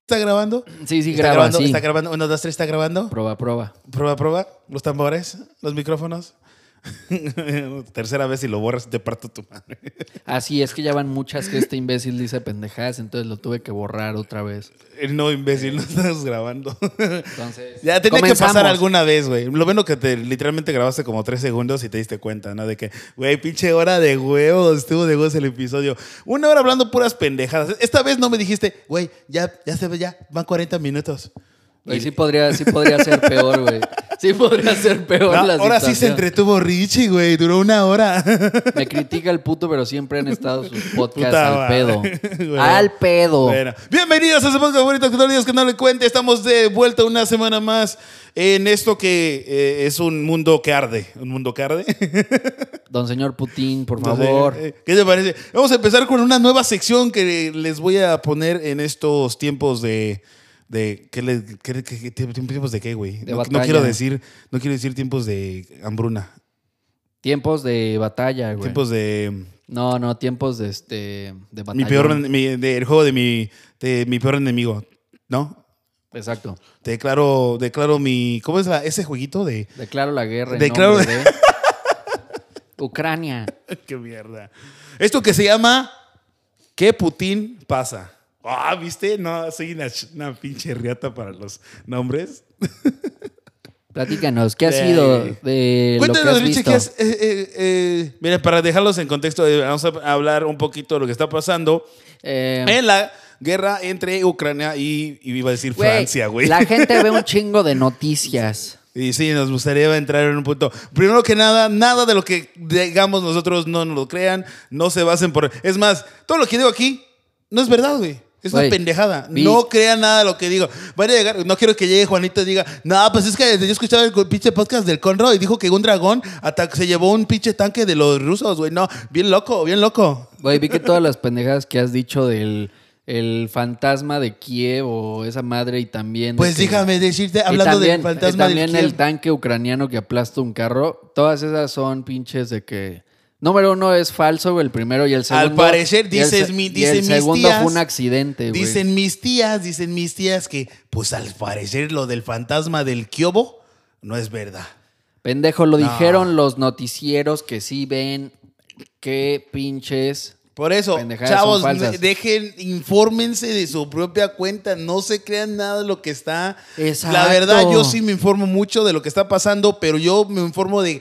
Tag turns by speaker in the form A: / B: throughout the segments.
A: ¿Está grabando?
B: Sí, sí,
A: ¿Está
B: graba,
A: grabando?
B: sí.
A: ¿Está grabando? ¿Uno, dos, tres, está grabando?
B: Proba, proba.
A: Prueba, prueba. Los tambores, los micrófonos. Tercera vez y lo borras, te parto tu madre.
B: Así es que ya van muchas que este imbécil dice pendejadas, entonces lo tuve que borrar otra vez.
A: Eh, No, imbécil, no estás grabando.
B: Entonces,
A: ya tenía que
B: comenzamos.
A: pasar alguna vez, güey. Lo bueno que te literalmente grabaste como tres segundos y te diste cuenta, ¿no? De que, güey, pinche hora de huevos, estuvo de huevos el episodio. Una hora hablando puras pendejadas. Esta vez no me dijiste, güey, ya, ya se ve, ya, van 40 minutos.
B: Y sí podría, sí podría ser peor, güey. Sí podría ser peor
A: No,
B: la
A: ahora sí se
B: situación.
A: entretuvo Richie, güey, duró una hora.
B: Me critica el puto, pero siempre han estado sus podcasts
A: Puta
B: al
A: madre.
B: pedo.
A: Bueno.
B: al pedo.
A: Bueno, bienvenidos a ese podcast favorito que no olvides que no le cuente. Estamos de vuelta una semana más en esto que eh, es un mundo que arde. Un mundo que arde.
B: Don señor Putin, por
A: No sé,
B: favor.
A: eh, ¿Qué te parece? Vamos a empezar con una nueva sección que les voy a poner en estos tiempos de. de ¿qué le- qué- qué- qué- tiempos de qué, güey?
B: De
A: No, no
B: batalla.
A: quiero decir, no quiero decir tiempos de hambruna.
B: Tiempos de batalla, güey.
A: Tiempos de.
B: No, no, tiempos de este de batalla.
A: Mi peor, en- mi- de- el juego de mi, de mi peor enemigo, ¿no?
B: Exacto.
A: Declaro, declaro mi. ¿Cómo es la- ese jueguito de.?
B: Declaro la guerra en
A: Declaro-
B: nombre de Ucrania.
A: ¡Qué mierda! Esto que se llama ¿Qué Putin pasa? Ah, ¿viste? No, soy una, ch- una pinche riata para los nombres.
B: Platícanos, ¿qué ha
A: Eh,
B: sido de Eh, lo que
A: Cuéntanos,
B: has
A: Richie,
B: visto?
A: ¿qué has- eh, eh, eh, mira, para dejarlos en contexto, eh, vamos a hablar un poquito de lo que está pasando
B: Eh,
A: en la guerra entre Ucrania y, y iba a decir
B: güey,
A: Francia, güey.
B: La gente ve un chingo de noticias.
A: Y sí, nos gustaría entrar en un punto. Primero que nada, nada de lo que digamos nosotros no nos lo crean, no se basen por. Es más, todo lo que digo aquí no es verdad, güey. Es una
B: Güey,
A: pendejada.
B: vi-
A: No crean nada de lo que digo. Van a llegar, no quiero que llegue Juanito y diga, no, pues es que yo escuchaba el pinche podcast del Conro y dijo que un dragón ata- se llevó un pinche tanque de los rusos, güey. No, bien loco, bien loco.
B: Güey, vi que todas las pendejadas que has dicho del el fantasma de Kiev o esa madre y también... de
A: Pues
B: que-
A: déjame decirte,
B: y
A: hablando
B: también-
A: del fantasma
B: y también
A: del
B: el
A: Kiev.
B: tanque ucraniano que aplasta un carro. Todas esas son pinches de que... Número uno es falso, güey, el primero y el segundo...
A: parecer,
B: y el
A: dices
B: se-
A: mi-
B: y
A: dicen
B: el
A: mis
B: segundo
A: tías,
B: fue un accidente, güey.
A: Dicen mis tías, dicen mis tías que, pues al parecer lo del fantasma del Kiobo no es verdad.
B: Pendejo, lo
A: No.
B: dijeron los noticieros que sí ven qué pinches...
A: Por eso,
B: Pendejadas
A: chavos,
B: son falsas.
A: ne- dejen, infórmense de su propia cuenta, no se crean nada de lo que está.
B: Exacto.
A: La verdad, yo sí me informo mucho de lo que está pasando, pero yo me informo de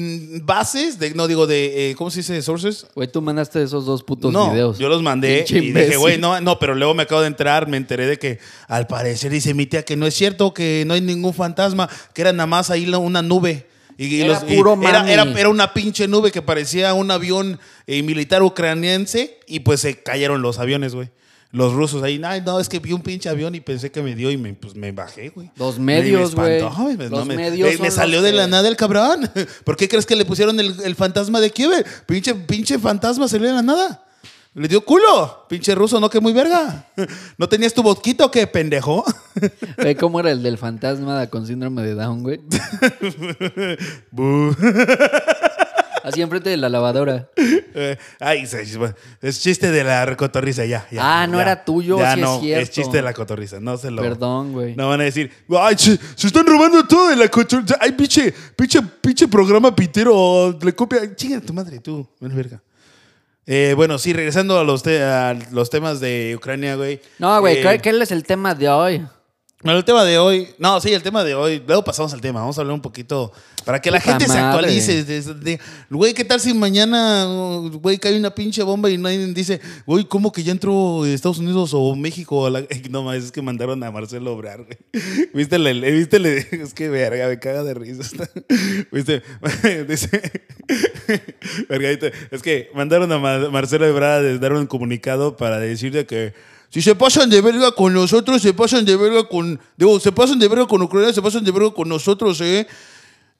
A: mm, bases, de, no digo de, eh, ¿cómo se dice? Sources.
B: Güey, tú mandaste esos dos putos
A: no,
B: videos.
A: Yo los mandé
B: Pinche
A: y dije,
B: imbécil.
A: güey, no, no, pero luego me acabo de entrar, me enteré de que al parecer dice mi tía que no es cierto, que no hay ningún fantasma, que era nada más ahí la- una nube. Y, y
B: Era
A: los- y
B: puro
A: era,
B: mame.
A: era- era una pinche nube que parecía un avión eh, militar ucraniense y pues se cayeron los aviones, güey. Los rusos ahí, "Ay, no, es que vi un pinche avión y pensé que me dio y me, pues, me bajé, güey.
B: Los medios,
A: Me- me espantó,
B: güey.
A: me-
B: Los
A: no, me-
B: medios
A: me-
B: son
A: Me
B: los
A: salió de
B: que-
A: la nada del cabrón. ¿Por qué crees que le pusieron el, el fantasma de Kiev? Pinche, pinche fantasma salió de la nada. Le dio culo. Pinche ruso, no que muy verga. ¿No tenías tu botquito o qué, pendejo?
B: Ve cómo era el del fantasma con síndrome de Down, güey.
A: Bu.
B: Así enfrente de la lavadora.
A: Eh, Ay, se- es chiste de la cotorriza, ya. ya,
B: Ah, no
A: ya.
B: era tuyo,
A: Ya
B: sí es
A: no,
B: cierto.
A: chiste de la cotorriza, no se lo.
B: Perdón, güey.
A: No van a decir, ay, se, se están robando todo de la cotorriza. Ay, pinche, pinche, pinche programa pitero, le copia. Chinga tu madre, tú, ven verga. Eh, bueno, sí, regresando a los, te- a los temas de Ucrania, güey.
B: No, güey,
A: Eh,
B: ¿cuál- ¿qué es el tema de hoy?
A: bueno, el tema de hoy, no, sí, el tema de hoy, luego pasamos al tema, vamos a hablar un poquito para que la
B: Puta
A: gente se
B: madre.
A: actualice. de- de- Güey, ¿qué tal si mañana, uh, güey, cae una pinche bomba y nadie dice, güey, ¿cómo que ya entró Estados Unidos o México? a la-" No, más es que mandaron a Marcelo Obrar, güey. ¿Viste? el- el- ¿Viste? el- Es que verga, me caga de risa. esta- ¿Viste? Dice, vergadito, es que mandaron a Ma- Marcelo Ebrard a dar un comunicado para decirle que si se pasan de verga con nosotros, se pasan de verga con. Digo, se pasan de verga con Ucrania, se pasan de verga con nosotros, ¿eh?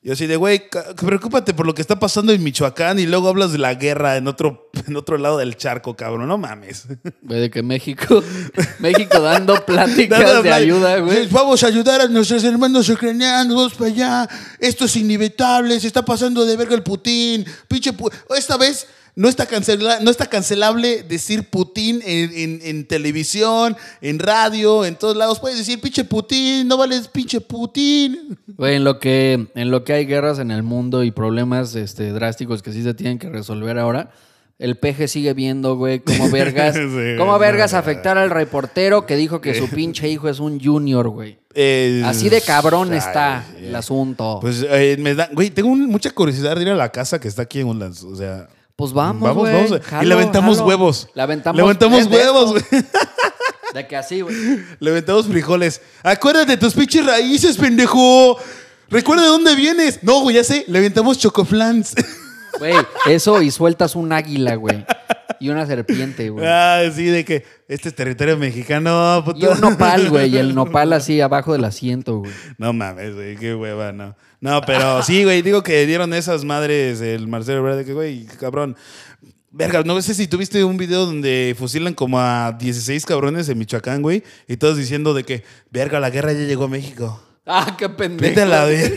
A: Y así de, güey, ca- preocúpate por lo que está pasando en Michoacán y luego hablas de la guerra en otro, en otro lado del charco, cabrón, no mames.
B: Güey, de que México, México dando pláticas
A: Nada,
B: de
A: nada.
B: ayuda, güey.
A: Les Vamos a ayudar a nuestros hermanos ucranianos vamos para allá. Esto es inevitable. Se está pasando de verga el Putin. Pinche pu- Esta vez No está, cancela- no está cancelable decir Putin en, en- en televisión, en radio, en todos lados. Puedes decir pinche Putin, no vales pinche Putin.
B: Güey, en lo que, en lo que hay guerras en el mundo y problemas este, drásticos que sí se tienen que resolver ahora, el peje sigue viendo, güey, cómo vergas,
A: Sí,
B: cómo
A: no,
B: vergas
A: no,
B: afectar al reportero que dijo que su pinche hijo es un junior, güey.
A: Eh,
B: Así de cabrón
A: ay,
B: está
A: eh.
B: el asunto. Pues,
A: Pues eh, me da, güey, tengo un- mucha curiosidad de ir a la casa que está aquí en Woodlands. O sea,
B: Pues vamos, güey.
A: a- y
B: jalo,
A: le aventamos
B: jalo.
A: huevos.
B: Le aventamos,
A: Le aventamos
B: es de
A: huevos, güey.
B: esto, De que así, güey.
A: Le aventamos frijoles. Acuérdate de tus pinches raíces, pendejo. Recuerda de dónde vienes. No, güey, ya sé. Le aventamos chocoflans.
B: Güey, eso y sueltas un águila, güey. Y una serpiente, güey.
A: ah, sí, de que este es territorio mexicano, puto.
B: Y un nopal, güey. Y el nopal así abajo del asiento, güey.
A: No mames, güey, qué hueva, no. No, pero sí, güey, digo que dieron esas madres el Marcelo Ebrard, de que, güey, cabrón. Verga, no sé si tuviste un video donde fusilan como a 16 cabrones en Michoacán, güey, y todos diciendo de que, verga, la guerra ya llegó a México.
B: Ah, qué
A: Vete a
B: pendejo.
A: la verga.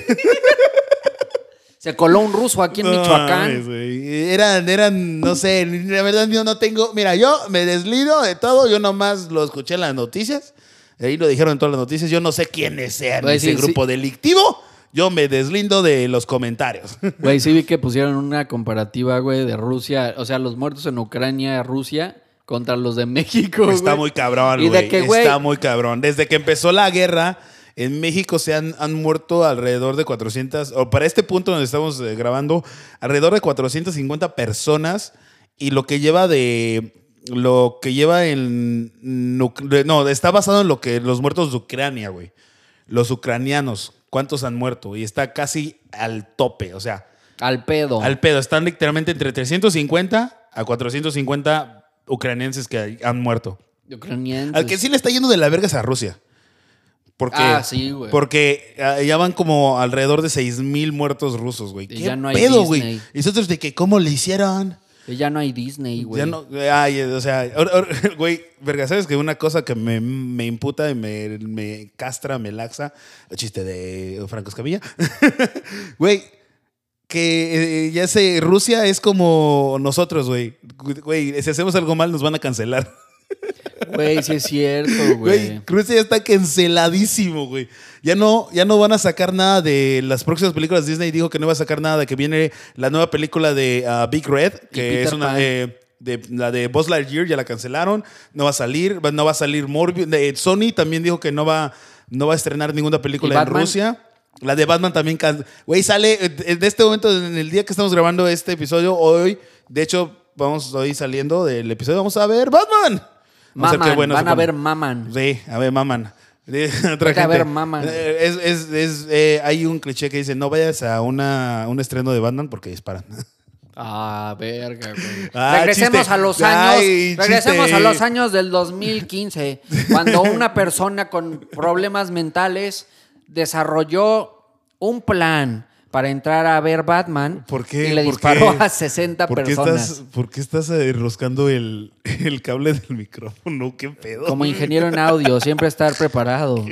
B: Se coló un ruso aquí en
A: No mames,
B: Michoacán.
A: güey. eran, eran, no sé, la verdad yo no tengo. Mira, yo me deslido de todo, yo nomás lo escuché en las noticias. Ahí lo dijeron en todas las noticias. Yo no sé quiénes sean
B: Güey,
A: ese
B: Pues sí,
A: grupo delictivo. Yo me deslindo de los comentarios.
B: Güey, sí vi que pusieron una comparativa, güey, de Rusia. O sea, los muertos en Ucrania, Rusia, contra los de México, güey.
A: Está muy cabrón,
B: Y de
A: güey.
B: que, güey-
A: Está muy cabrón. Desde que empezó la guerra, en México se han, han muerto alrededor de 400, o para este punto donde estamos eh, grabando, alrededor de 450 personas. Y lo que lleva de. Lo que lleva en. Nuc- No, está basado en lo que los muertos de Ucrania, güey. Los ucranianos, ¿cuántos han muerto? Y está casi al tope, o sea.
B: Al pedo.
A: Al pedo, están literalmente entre 350 a 450 ucranienses que han muerto.
B: Ucranienses.
A: Al que sí le está yendo de la verga es a Rusia. Porque,
B: Ah, sí, güey.
A: Porque ah, ya van como alrededor de 6.000 muertos rusos, güey.
B: Y
A: ¿Qué
B: ya no hay
A: pedo,
B: Disney.
A: güey? Y nosotros de que, ¿cómo le hicieron?
B: Y Ya no hay Disney, güey.
A: Ya no, ay, o sea, ahora- ahora, güey, verga, ¿sabes que una cosa que me, me imputa y me, me castra, me laxa? El chiste de Franco Escamilla. güey, que eh, ya sé, Rusia es como nosotros, güey. Güey, si hacemos algo mal nos van a cancelar.
B: Güey, sí es cierto,
A: Güey,
B: güey.
A: Rusia ya está canceladísimo, güey. Ya no, ya no van a sacar nada de las próximas películas. Disney dijo que no va a sacar nada, que viene la nueva película de ah, Big Red, que
B: Peter
A: es una
B: Pan.
A: eh, de la de Buzz Lightyear ya la cancelaron, no va a salir, va- no va a salir Morbius, de- Sony también dijo que no va no va a estrenar ninguna
B: ¿Y
A: película en
B: Batman?
A: Rusia. La de Batman también, can- güey, sale eh, en este momento en el día que estamos grabando este episodio hoy, de hecho vamos hoy saliendo del episodio vamos a ver Batman. Vamos a ver qué
B: Maman,
A: bueno se
B: van a
A: pone.
B: ver maman.
A: Sí, a ver, maman. Eh, Otra
B: Vete a
A: gente.
B: ver, maman.
A: Eh, Es, es, es, eh, hay un cliché que dice, no vayas a una, un estreno de Batman porque disparan.
B: Ah, verga, güey.
A: Ah,
B: regresemos
A: chiste.
B: a los años.
A: Ay,
B: regresemos
A: chiste.
B: a los años del 2015, cuando una persona con problemas mentales desarrolló un plan para entrar a ver Batman
A: ¿Por qué?
B: y le
A: ¿Por
B: disparó
A: qué?
B: a 60
A: ¿Por qué
B: personas.
A: estás, ¿Por qué estás eh, roscando el, el cable del micrófono? ¿Qué pedo?
B: Como ingeniero en audio, siempre estar preparado.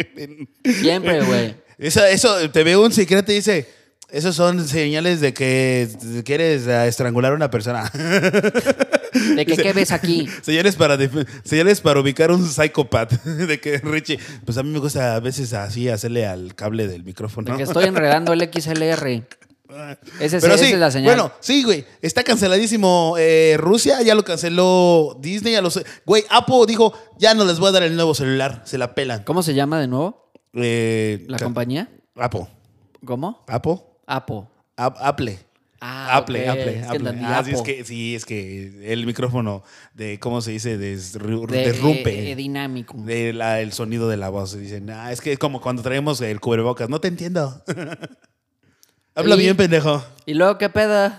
B: Siempre, güey.
A: Eso, eso, te veo un secreto y dice, esos son señales de que quieres eh, estrangular a una persona.
B: ¿De que, qué ves aquí?
A: Señales para, def- señales para ubicar un psicópata. De que Richie, pues a mí me gusta a veces así hacerle al cable del micrófono.
B: De que estoy enredando el XLR. Ese es-
A: Ah. Pero
B: esa
A: sí,
B: es la señal.
A: Bueno, sí, güey. Está canceladísimo eh, Rusia, ya lo canceló Disney, ya los. Güey, Apple dijo, ya no les voy a dar el nuevo celular, se la pelan.
B: ¿Cómo se llama de nuevo?
A: Eh,
B: ¿La
A: ca-
B: compañía?
A: Apple.
B: ¿Cómo?
A: Apple.
B: Apo.
A: Ap- Apple.
B: Ah,
A: Apple,
B: ok.
A: Apple,
B: Es que
A: Apple.
B: entendí
A: Ah, sí, es
B: Apo.
A: que, sí, es que el micrófono de, ¿cómo se dice? Desru-
B: De-
A: derrumpe.
B: eh, eh, dinámico.
A: de la- el sonido de la voz. Y Dicen, ah, es que es como cuando traemos el cubrebocas. No te entiendo. Habla
B: Y-
A: bien, pendejo.
B: ¿Y luego qué pedo?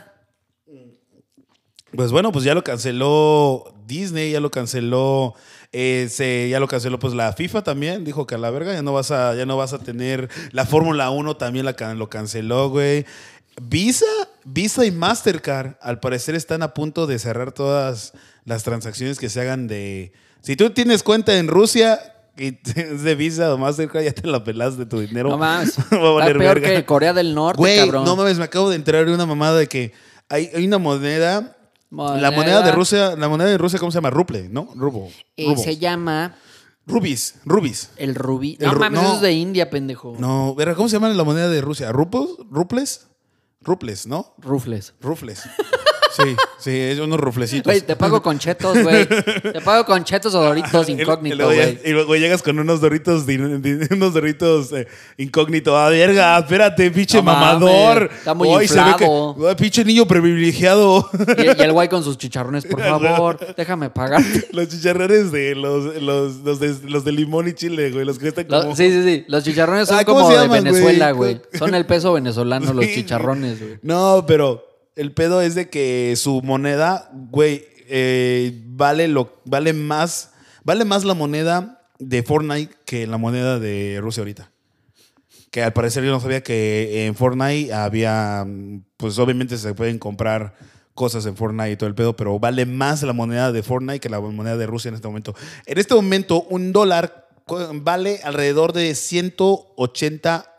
A: Pues bueno, pues ya lo canceló Disney, ya lo canceló, eh, se- ya lo canceló pues la FIFA también, dijo que a la verga ya no vas a, ya no vas a tener, la Fórmula 1 también la, can- lo canceló, güey. Visa, Visa y Mastercard al parecer están a punto de cerrar todas las transacciones que se hagan de... Si tú tienes cuenta en Rusia y es de Visa o Mastercard, ya te la pelas de tu dinero.
B: No mames.
A: Va a valer
B: Está peor
A: verga.
B: que Corea del Norte,
A: Güey,
B: cabrón.
A: no mames, me acabo de enterar de una mamada de que hay, hay una moneda La moneda de Rusia, la moneda de Rusia, ¿cómo se llama? Ruble, ¿no? Rubo.
B: eh,
A: rubo.
B: se llama
A: Rubis, rubis.
B: el rubí.
A: El
B: no
A: ru-
B: mames,
A: no.
B: eso es de India, pendejo.
A: No, verga, ¿cómo se llama la moneda de Rusia? ¿Rupos? ¿Ruples? Ruples, ¿no?
B: Rufles.
A: Rufles. Sí, sí, es unos ruflecitos.
B: Güey, te pago con chetos, güey. Te pago con chetos o doritos
A: Y
B: incógnito,
A: luego ya-
B: güey.
A: Y luego llegas con unos doritos, din- din- unos doritos eh, incógnito. Ah, verga, espérate, pinche
B: No mames,
A: mamador.
B: está muy
A: Ay, se ve que-
B: inflado.
A: Ay, pinche niño privilegiado.
B: Y, y el güey con sus chicharrones, por favor, déjame pagar.
A: los chicharrones de los, los, los de, los de limón y chile, güey. Los que están
B: Lo-
A: como.
B: sí, sí, sí. Los chicharrones son
A: Ah, ¿cómo
B: como
A: se
B: de
A: llaman, güey?
B: Venezuela, güey. Son el peso venezolano, los
A: Sí.
B: chicharrones, güey.
A: No, pero el pedo es de que su moneda, güey, eh, vale lo, vale más, vale más la moneda de Fortnite que la moneda de Rusia ahorita. Que al parecer yo no sabía que en Fortnite había, mm, pues obviamente se pueden comprar cosas en Fortnite y todo el pedo, pero vale más la moneda de Fortnite que la moneda de Rusia en este momento. En este momento un dólar cu- vale alrededor de 180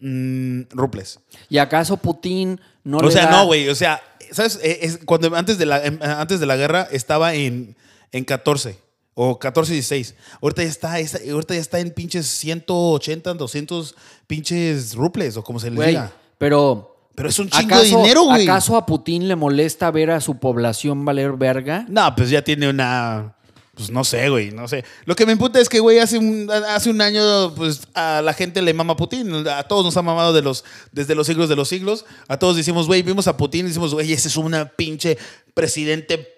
A: mm, ruples.
B: ¿Y acaso Putin no
A: O
B: le
A: sea,
B: da-
A: no, güey. O sea, ¿sabes? Eh, es cuando antes de la, em, antes de la guerra estaba en, en 14 o 14 y 16. Ahorita ya está, esa- ahorita ya está en pinches 180, 200 pinches ruples o como se les
B: Güey,
A: diga.
B: pero...
A: Pero es un chingo de dinero, güey.
B: ¿Acaso a Putin le molesta ver a su población valer verga?
A: No, pues ya tiene una. Pues no sé, güey, no sé. Lo que me imputa es que, güey, hace un, hace un año, pues a la gente le mama Putin. A todos nos ha mamado de los, desde los siglos de los siglos. A todos decimos, güey, vimos a Putin y decimos, güey, ese es una pinche presidente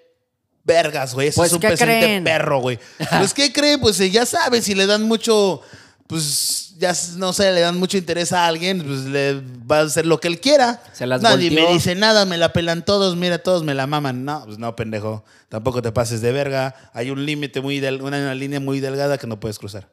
A: vergas, güey. Ese
B: Pues,
A: es un
B: ¿qué
A: presidente
B: creen?
A: perro, güey. Pues, ¿qué creen? Pues eh, ya saben, si le dan mucho. Pues ya s- no sé, le dan mucho interés a alguien, pues le va a hacer lo que él quiera.
B: Se las
A: Nadie
B: volteó.
A: me dice nada, me la pelan todos, mira, todos me la maman. No, pues no, pendejo. Tampoco te pases de verga. Hay un límite muy del- una, una línea muy delgada que no puedes cruzar.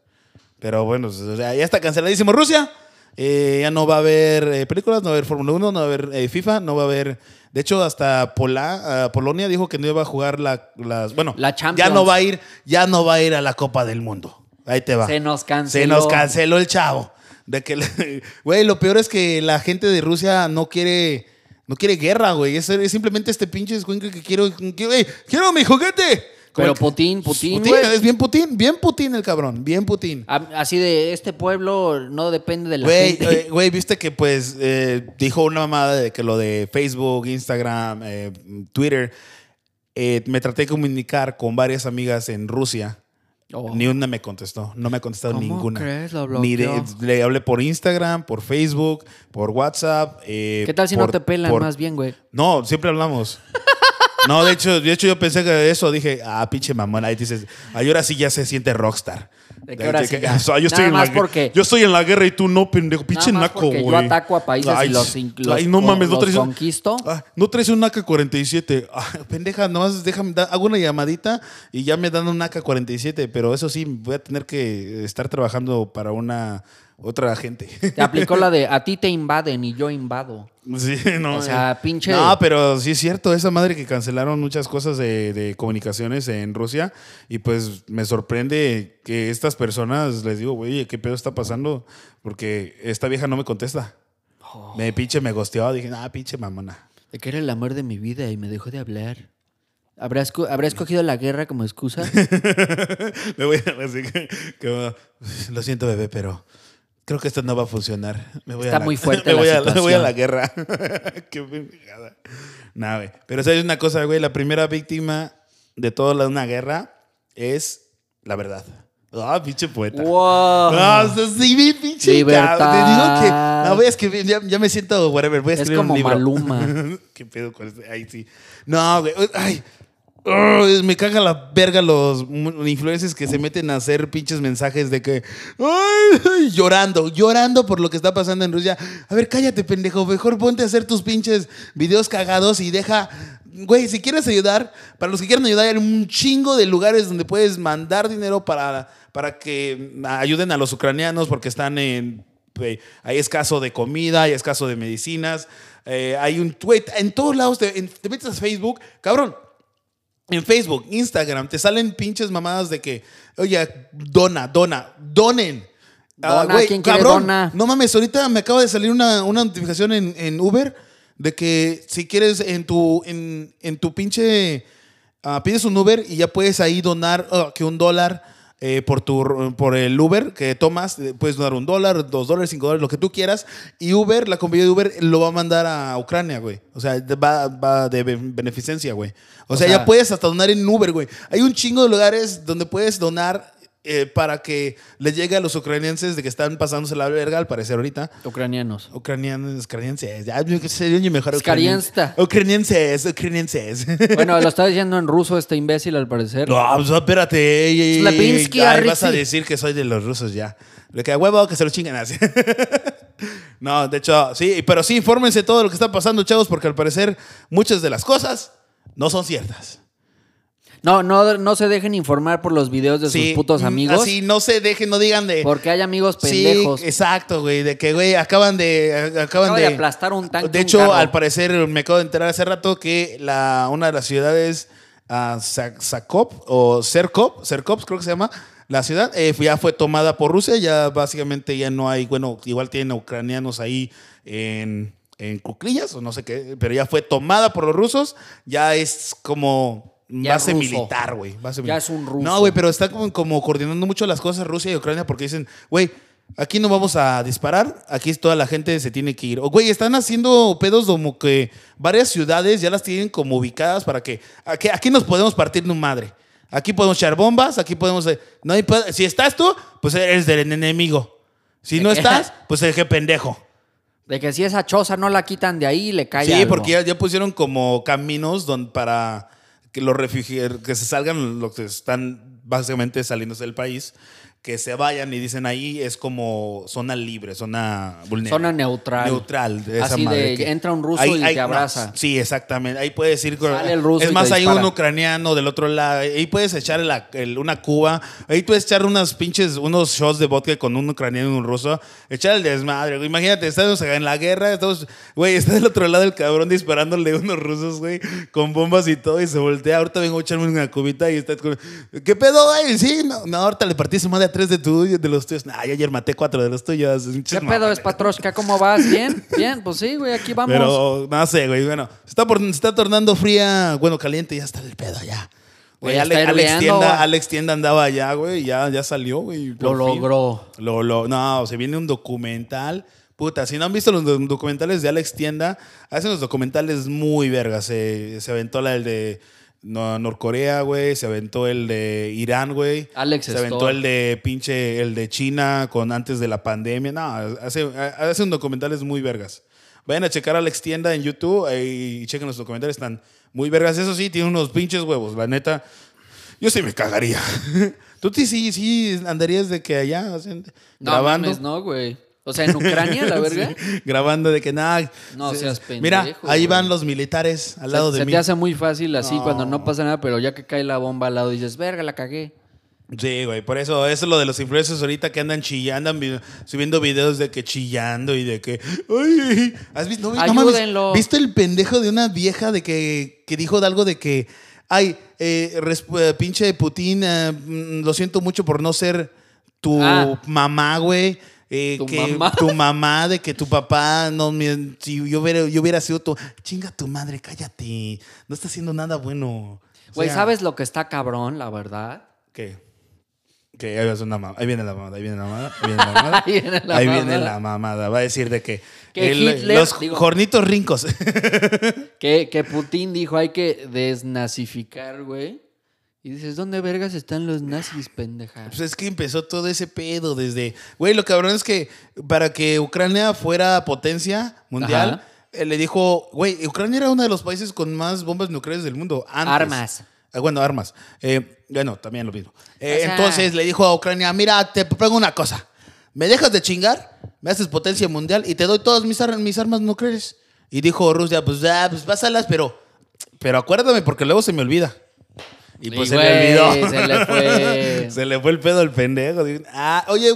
A: Pero bueno, pues, o sea, ya está canceladísimo Rusia. Eh, ya no va a haber eh, películas, no va a haber Fórmula 1, no va a haber eh, FIFA, no va a haber. De hecho, hasta Pola- ah, Polonia dijo que no iba a jugar la- las. Bueno,
B: La
A: ya
B: Champions.
A: no va a ir, ya no va a ir a la Copa del Mundo. Ahí te va.
B: Se nos
A: Se
B: canceló.
A: nos canceló el chavo. De que, le- güey, lo peor es que la gente de Rusia no quiere, no quiere guerra, güey. Es, es simplemente este pinche escuincle que quiero, que, güey, quiero mi juguete. Como
B: Pero
A: el-
B: Putin, Putin,
A: Putin,
B: güey.
A: es bien Putin, bien Putin el cabrón, bien Putin.
B: A- Así de este pueblo no depende de la
A: Güey,
B: gente.
A: eh, güey, viste que pues eh, dijo una mamada de que lo de Facebook, Instagram, eh, Twitter, eh, me traté de comunicar con varias amigas en Rusia.
B: Oh.
A: Ni una me contestó, no me ha contestado
B: ¿Cómo
A: ninguna.
B: crees? Lo
A: Ni de-
B: bloqueó.
A: le hablé por Instagram, por Facebook, por WhatsApp. eh,
B: ¿Qué tal si no
A: por-
B: te pelan
A: por-
B: más bien, güey?
A: No, siempre hablamos. No, de hecho, de hecho yo pensé que eso, dije, ah, pinche mamón, ahí dices, ay, ahora sí ya se siente rockstar.
B: ¿De qué hora
A: Ay,
B: sí
A: que-
B: ya?
A: o sea, yo,
B: Nada
A: estoy en la,
B: más
A: gue-
B: porque-
A: yo estoy en la guerra y tú no, pendejo, pinche
B: Nada más
A: naco,
B: porque
A: güey.
B: yo ataco a países y los in- los
A: ay, no
B: co-
A: mames, no
B: los
A: traes,
B: conquisto.
A: Ah, no traes un AK-47. Ah, pendeja, nomás déjame, da- hago una llamadita y ya me dan un AK-47, pero eso sí, voy a tener que estar trabajando para una otra gente.
B: Te aplicó la de a ti te invaden y yo invado.
A: Sí, no.
B: O sea,
A: eh.
B: pinche-
A: No, pero sí es cierto, esa madre que cancelaron muchas cosas de, de comunicaciones en Rusia. Y pues me sorprende que estas personas les digo, güey, ¿qué pedo está pasando? Porque esta vieja no me contesta.
B: Oh.
A: Me pinche, me gosteaba. Dije, ah, pinche mamona.
B: De que era el amor de mi vida y me dejó de hablar. ¿Habrá, esco- habrá escogido la guerra como excusa?
A: Me voy a así que, que- lo siento, bebé, pero creo que esto no va a funcionar. Me voy
B: Está
A: a la-
B: muy fuerte
A: me
B: la
A: voy a, me voy a
B: situación.
A: la guerra. Qué pendejada. Nah, güey. Pero sabes una cosa, güey, la primera víctima de toda la- una guerra es la verdad. Ah, pinche poeta.
B: ¡Wow!
A: Ah, o sea, sí, bien pinche.
B: Libertad.
A: cabrón. Te digo que. No, voy a escribir, ya, ya me siento whatever. Voy a
B: Es
A: escribir
B: como
A: un libro.
B: Maluma.
A: ¿Qué pedo con este? Ahí sí. No, güey. Ay. Ay, me caga la verga los mu- influencers que se meten a hacer pinches mensajes de que. Ay, ay, llorando, llorando por lo que está pasando en Rusia. A ver, cállate, pendejo. Mejor ponte a hacer tus pinches videos cagados y deja. Güey, si quieres ayudar, para los que quieran ayudar, hay un chingo de lugares donde puedes mandar dinero para, para que ayuden a los ucranianos porque están en eh, hay escaso de comida, hay escaso de medicinas, eh, hay un tweet, en todos lados, te, en- te metes a Facebook, cabrón. En Facebook, Instagram, te salen pinches mamadas de que, oye, dona, dona, donen. Ah,
B: Dona,
A: güey,
B: ¿quién quiere dona?
A: No mames, ahorita me acaba de salir una, una notificación en, en Uber De que si quieres en tu, en, en tu pinche... ah, pides un Uber y ya puedes ahí donar ah, que un dólar eh, por, tu, por el Uber que tomas. eh, Puedes donar un dólar, dos dólares, cinco dólares, lo que tú quieras. Y Uber, la compañía de Uber, lo va a mandar a Ucrania, güey. O sea, de- va, va de ben- beneficencia, güey. O, sea,
B: sea-
A: ya puedes hasta donar en Uber, güey. Hay un chingo de lugares donde puedes donar. eh, para que le llegue a los ucranienses de que están pasándose la verga, al parecer ahorita.
B: Ucranianos.
A: Ucranianos, ucranienses. Ya, yo que sé, yo mejor ucraniense.
B: Ucraniensta.
A: Ucranienses, ucranienses.
B: Bueno, lo está diciendo en ruso este imbécil al parecer.
A: No, pues, espérate. ey, ey, ey,
B: Slavinsky,
A: ay,
B: Arritzi.
A: vas a decir que soy de los rusos ya. Le queda huevo que se lo chingan así. no, de hecho, sí, pero sí, infórmense todo lo que está pasando, chavos, porque al parecer muchas de las cosas no son ciertas.
B: No, no, no se dejen informar por los videos de
A: Sí,
B: sus putos
A: mm,
B: amigos.
A: Así, no se dejen, no digan de.
B: Porque hay amigos
A: Sí,
B: pendejos.
A: exacto, güey. De que, güey, acaban de. a- Acaban
B: Acaba
A: de,
B: de aplastar un tanque,
A: De
B: un
A: hecho,
B: carro.
A: al parecer, me acabo de enterar hace rato que la, una de las ciudades, ah, Sa- Sakop o Serkop, Serkop creo que se llama, la ciudad, eh, ya fue tomada por Rusia. Ya básicamente ya no hay. Bueno, igual tienen ucranianos ahí en, en cuclillas o no sé qué, pero ya fue tomada por los rusos. Ya es como.
B: Ya
A: base
B: ruso.
A: militar, güey. base
B: Ya
A: militar.
B: es un ruso.
A: No, güey, pero está como, como coordinando mucho las cosas Rusia y Ucrania porque dicen, güey, aquí no vamos a disparar, aquí toda la gente se tiene que ir. O, güey, están haciendo pedos como que varias ciudades ya las tienen como ubicadas para que aquí, aquí nos podemos partir de un madre. Aquí podemos echar bombas, aquí podemos... eh, No hay pe- si estás tú, pues eres del enemigo. Si no estás, pues el que pendejo.
B: De que si esa choza no la quitan de ahí, le cae
A: Sí,
B: algo.
A: porque ya, ya pusieron como caminos don- para que los refugiados, que se salgan los que están básicamente saliéndose del país, que se vayan y dicen ahí es como zona libre, zona vulnerable.
B: Zona neutral.
A: Neutral. de esa
B: Así
A: madre
B: de,
A: que-
B: entra un ruso y te
A: no,
B: abraza.
A: sí, exactamente. Ahí puedes ir con...
B: Sale el ruso
A: es
B: y
A: más,
B: te
A: hay un
B: dispara.
A: ucraniano del otro lado. Ahí puedes echar la- el- una cuba. Ahí puedes echar unas pinches, unos shots de vodka con un ucraniano y un ruso. Echar el desmadre. güey. Imagínate, estamos en la guerra. Estamos, güey, está del otro lado el cabrón disparándole a unos rusos, güey, con bombas y todo. Y se voltea. Ahorita vengo a echarme una cubita y está... con- ¿Qué pedo, güey? Sí, no, no, ahorita le partí su madre a tres de, tu, de los tuyos. Nah, yo ayer maté cuatro de los tuyos.
B: ¿Qué pedo es, Patroshka? ¿Cómo vas? ¿Bien? Bien, pues sí, güey, aquí vamos.
A: pero no sé, güey. Bueno, se está, por- se está tornando fría, bueno, caliente, ya está el pedo, ya. Güey,
B: Ya
A: Ale-
B: está
A: Alex,
B: hirviendo,
A: Tienda,
B: güey.
A: Alex Tienda andaba allá, güey, ya, ya salió, güey.
B: Lo
A: por fin.
B: logró.
A: Lo, lo- no, se viene un documental. Puta, si no han visto los do- documentales de Alex Tienda, hacen los documentales muy vergas. Se, se aventó la del de no- Norcorea, güey. Se aventó el de Irán, güey.
B: Alex
A: Se aventó
B: Store.
A: el de pinche, el de China con antes de la pandemia. No, hace, ha- hacen documentales muy vergas. Vayan a checar a Alex Tienda en YouTube eh, y chequen los documentales. Están muy vergas. Eso sí, tiene unos pinches huevos, la neta. Yo sí me cagaría. Tú sí, sí, sí andarías de que allá hacen-
B: No,
A: grabando.
B: mames, no, güey. O sea, en Ucrania, la verga.
A: Sí, grabando de que nada.
B: No
A: se-
B: seas pendejo,
A: Mira, ahí
B: güey.
A: van los militares al lado
B: se,
A: de
B: se
A: mí.
B: te hace muy fácil así
A: No.
B: cuando no pasa nada, pero ya que cae la bomba al lado dices, verga, la cagué.
A: Sí, güey, por eso, eso es lo de los influencers ahorita que andan chillando, andan vi- subiendo videos de que chillando y de que. ¡Ay! ¿Has visto? No, no mames,
B: Ayúdenlo.
A: ¿Viste el pendejo de una vieja de que, que dijo de algo de que. Ay, eh, resp- eh, pinche Putin, eh, mm, lo siento mucho por no ser tu
B: Ah.
A: mamá, güey. eh,
B: ¿Tu
A: que
B: mamá?
A: tu mamá de que tu papá no me- si yo hubiera, yo hubiera sido tu chinga tu madre cállate no está haciendo nada bueno O
B: Güey,
A: sea,
B: ¿sabes lo que está cabrón, la verdad?
A: ¿Qué? Que ahí, va a ser una mam- ahí viene la mamada, ahí viene la mamada, ahí viene la mamada.
B: Ahí viene la
A: Ahí
B: mamada.
A: viene la mamada. Va a decir de que,
B: Que
A: el-
B: Hitler-
A: los
B: digo-
A: jornitos rincos.
B: Que, que Putin dijo hay que desnazificar, güey. Y dices, ¿dónde vergas están los nazis, pendeja?
A: Pues es que empezó todo ese pedo desde. Güey, lo cabrón es que para que Ucrania fuera potencia mundial,
B: Ajá.
A: eh, le dijo, güey, Ucrania era uno de los países con más bombas nucleares del mundo. Antes.
B: Armas.
A: Ah, bueno, armas. Eh, bueno, también lo mismo. Eh,
B: O sea-
A: entonces le dijo a Ucrania: Mira, te propongo una cosa. Me dejas de chingar, me haces potencia mundial y te doy todas mis, ar- mis armas nucleares. Y dijo Rusia: Pues ya, pues pásalas, pero, pero acuérdame porque luego se me olvida. Y pues
B: Y,
A: se
B: güey,
A: le olvidó.
B: se le fue.
A: se le fue el pedo al pendejo. Dijo, Ah, oye,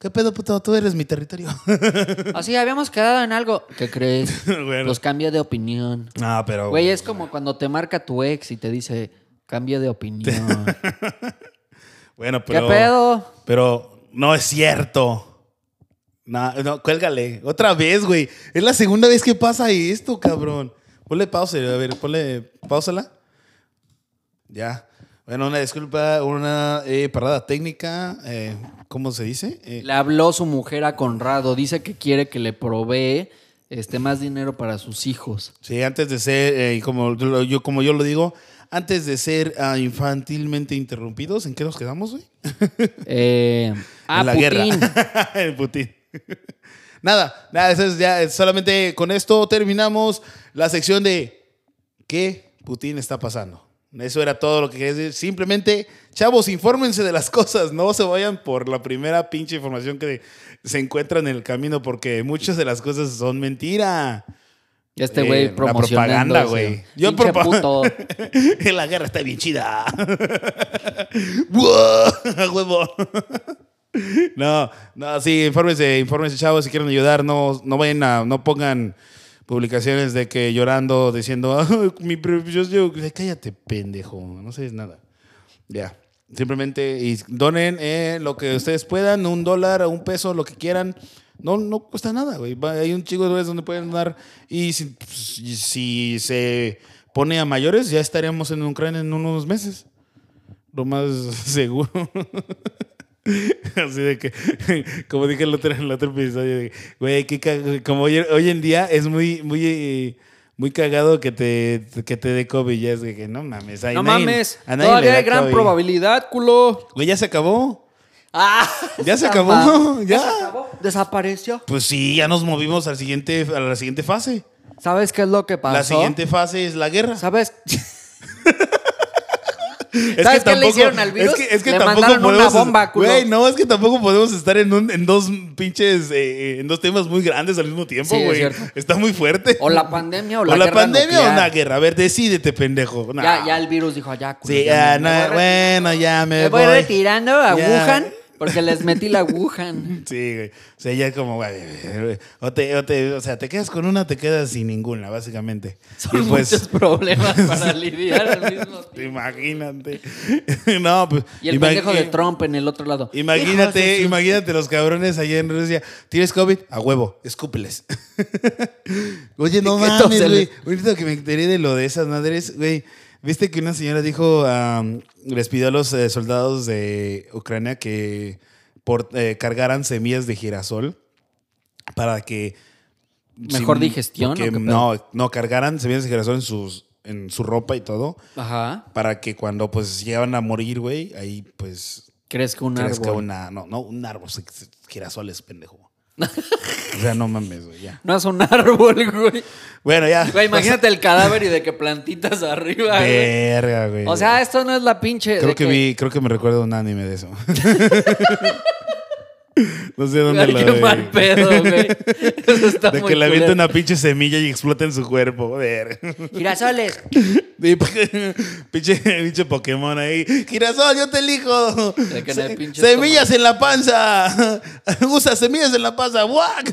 A: ¿qué pedo, puto? Tú eres mi territorio.
B: Así, habíamos quedado en algo. ¿Qué crees?
A: Bueno.
B: Los cambia de opinión.
A: no, pero.
B: Pues, Güey, es como cuando te marca tu ex y te dice, cambia de opinión.
A: Bueno,
B: ¿Qué
A: pero.
B: pedo?
A: Pero no es cierto. No, no, cuélgale. Otra vez, güey. Es la segunda vez que pasa esto, cabrón. Ponle pausa, a ver, ponle pausala. Ya. Bueno, una disculpa, una eh, parada técnica. eh, ¿Cómo se dice? Eh,
B: Le habló su mujer a Conrado. Dice que quiere que le provee este, más dinero para sus hijos.
A: Sí, antes de ser, eh, y como, lo- yo, como yo lo digo, antes de ser ah, infantilmente interrumpidos, ¿en qué nos quedamos, güey?
B: Eh, ah,
A: en la
B: Putin.
A: guerra. El Putin. nada, nada, eso es ya, solamente con esto terminamos la sección de ¿Qué Putin está pasando? Eso era todo lo que quería decir. Simplemente, chavos, infórmense de las cosas. No se vayan por la primera pinche información que se encuentra en el camino, porque muchas de las cosas son mentira.
B: Este
A: Eh,
B: güey
A: la
B: promocionando.
A: propaganda,
B: ese
A: güey. Yo
B: pinche
A: propa-
B: puto.
A: la guerra está bien chida. Buah, a huevo. No, no, sí, infórmense, infórmense, chavos, si quieren ayudar, no, no vayan a, no pongan publicaciones de que llorando, diciendo, "Ay, mi pre- yo, yo- cállate, pendejo, no sabes nada. Ya, simplemente y donen eh, lo que ustedes puedan, un dólar, un peso, lo que quieran. No, no cuesta nada, güey. Va- Hay un chico de lugares donde pueden donar y si, pues, y si se pone a mayores, ya estaríamos en Ucrania en unos meses. Lo más seguro. Así de que, como dije el otro, en el otro episodio, de, güey, qué cag- como hoy, hoy en día es muy, muy, eh, muy cagado que te, que te dé COVID. Ya es de que no mames. a
B: No
A: nadie-
B: mames.
A: a nadie le
B: Todavía
A: da
B: hay gran
A: COVID.
B: probabilidad, culo.
A: Güey, ya se acabó.
B: Ah,
A: Ya se
B: esa
A: acabó,
B: ma-
A: ya.
B: se acabó. Desapareció.
A: Pues sí, ya nos movimos al siguiente, a la siguiente fase.
B: ¿Sabes qué es lo que pasó?
A: La siguiente fase es la guerra.
B: ¿Sabes?
A: Es
B: ¿Sabes qué le hicieron al
A: Es
B: virus?
A: que, es que
B: Le
A: tampoco
B: mandaron una
A: podemos-
B: bomba, culo.
A: Güey, no, es que tampoco podemos estar en, un- en dos pinches, eh, eh, en dos temas muy grandes al mismo tiempo,
B: Sí, es
A: güey.
B: cierto.
A: Está muy fuerte.
B: O la pandemia o
A: O
B: la guerra
A: pandemia
B: nuclear.
A: o una guerra. A ver, decídete, pendejo. Nah.
B: Ya, ya el virus dijo, ya, culo,
A: Sí,
B: ya
A: ah,
B: me-
A: no,
B: me voy a retirar.
A: bueno, ya me,
B: Me voy retirando a
A: Ya.
B: Wuhan porque les metí la Wuhan.
A: Sí, güey. O sea, ya es como, güey, o, te, o, te- o sea, te quedas con una, te quedas sin ninguna, básicamente.
B: Son
A: Y pues,
B: muchos problemas para lidiar al mismo tiempo.
A: Imagínate. no, pues.
B: Y el
A: imagi-
B: pendejo de Trump en el otro lado.
A: Imagínate,
B: Hijos de
A: imagínate los cabrones allá en Rusia. ¿Tienes COVID? A huevo, escúpeles. Oye, no
B: Que todos
A: mames,
B: se
A: güey.
B: les-
A: Ahorita que me enteré de lo de esas madres, güey. Viste que una señora dijo, am, les pidió a los eh, soldados de Ucrania que por- eh, cargaran semillas de girasol para que
B: su- Mejor digestión.
A: porque
B: ¿o qué pedo?
A: no, no cargaran semillas de girasol en sus en su ropa y todo
B: Ajá.
A: para que cuando pues llegaban a morir, güey, ahí pues
B: Crezca un
A: crezca
B: árbol.
A: una, no, no, un árbol, se- se- girasoles, pendejo. o sea, no mames, güey, ya.
B: No es un árbol, güey.
A: Bueno, ya.
B: Güey, imagínate el cadáver y de que plantitas arriba, güey.
A: Verga, güey.
B: O sea, esto no es la pinche.
A: creo
B: de
A: que, vi, creo que me recuerdo un anime de eso. no sé dónde
B: Ay,
A: lo
B: qué
A: vi.
B: mal pedo, güey. Eso está
A: De
B: muy
A: que le avienta
B: culero.
A: una pinche semilla y explota en su cuerpo. Verga.
B: Girasoles.
A: Y p- pinche, pinche Pokémon ahí. Girasol, yo te elijo.
B: que no hay
A: Se-
B: pinches
A: semillas en la panza. Usa semillas en la panza. ¡Guac!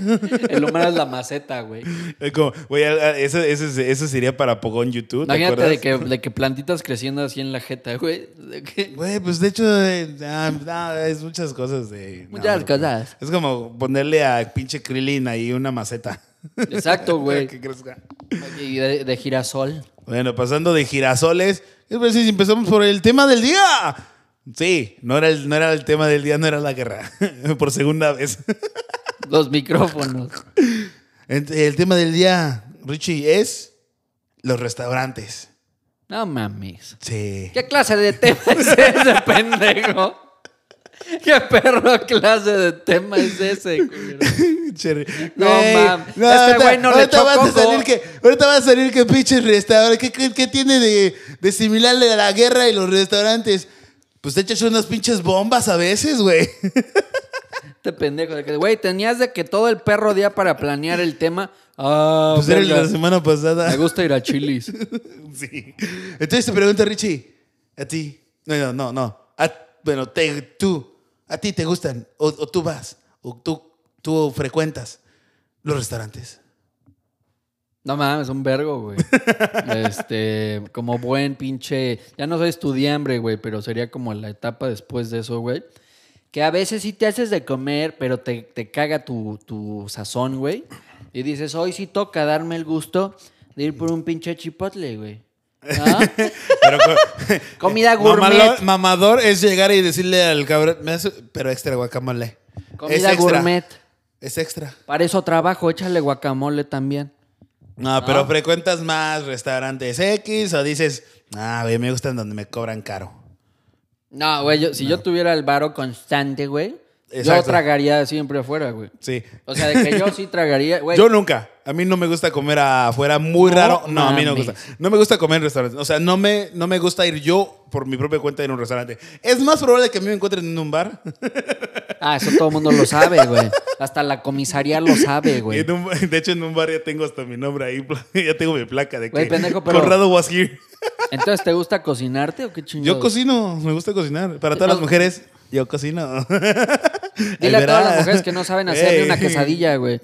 B: El humano es la maceta, güey.
A: Es como, güey, a- a- eso, eso, eso sería para Pogón YouTube. ¿Te
B: Imagínate
A: acuerdas?
B: de que, de que plantitas creciendo así en la jeta, güey. De que-
A: Güey, pues de hecho, eh, ah, no, es muchas cosas de. no,
B: Muchas
A: no.
B: cosas.
A: Es como ponerle a pinche Krillin ahí una maceta.
B: Exacto, güey.
A: que crezca.
B: Y de, de girasol.
A: Bueno, pasando de girasoles, ¿qué les parece si empezamos por el tema del día. Sí, no era el, no era el tema del día, no era la guerra. por segunda vez.
B: Los micrófonos.
A: el, el tema del día, Richie, es los restaurantes.
B: No mames.
A: Sí.
B: ¿Qué clase de tema es ese, pendejo? ¿Qué perro clase de tema es ese, culero?
A: Cherry.
B: No,
A: Güey,
B: mam. Este
A: ahorita-
B: güey no le
A: ahorita
B: echó
A: vas a
B: coco.
A: salir que Ahorita va a salir que pinches restaurantes. ¿Qué, qué, qué tiene de, de similar a la guerra y los restaurantes? Pues te echas unas pinches bombas a veces, güey.
B: Este pendejo de que, güey, tenías de que todo el perro día para planear el tema. Ah,
A: Pues era
B: verga,
A: la semana
B: me
A: pasada.
B: gusta ir a Chilis.
A: Sí. Entonces te pregunto, Richie, a ti. No, no, no, no. A- bueno, te, tú. A ti te gustan. O, o tú vas. O tú, tú frecuentas los restaurantes.
B: No mames, un vergo, güey. Este, como buen pinche. Ya no soy estudiambre, güey, pero sería como la etapa después de eso, güey. que a veces sí te haces de comer, pero te, te caga tu, tu sazón, güey. Y dices, hoy sí toca darme el gusto de ir por un pinche chipotle, güey. ¿No?
A: Pero co-
B: Comida gourmet.
A: Mamalo- mamador es llegar y decirle al cabrón, "Me hace- pero extra guacamole. es
B: Comida
A: extra,
B: gourmet.
A: Es extra.
B: Para eso trabajo, échale guacamole también.
A: No,
B: Ah.
A: pero frecuentas más restaurantes X o dices, ah, güey, me gustan donde me cobran caro.
B: No, güey, yo- si yo tuviera el varo constante, güey, yo
A: Exacto.
B: tragaría siempre afuera, güey.
A: Sí.
B: O sea, de que yo sí tragaría, güey.
A: Yo nunca. A mí no me gusta comer afuera, muy
B: No
A: raro. No, a mí no me
B: mames.
A: gusta. No me gusta comer en restaurantes. O sea, no me, no me gusta ir yo por mi propia cuenta en un restaurante. Es más probable que a mí me encuentren en un bar.
B: Ah, eso todo el mundo lo sabe, güey. Hasta la comisaría lo sabe, güey.
A: En un- de hecho, en un bar ya tengo hasta mi nombre ahí. Ya tengo mi placa de que
B: Güey, pendejo, pero-
A: Conrado was here.
B: Entonces, ¿te gusta cocinarte o qué chingados?
A: Yo cocino, me gusta cocinar. Para todas
B: No.
A: las mujeres, yo cocino.
B: Dile a todas
A: ¿verdad?
B: las mujeres que no saben hacer ni una
A: Ey.
B: quesadilla, güey.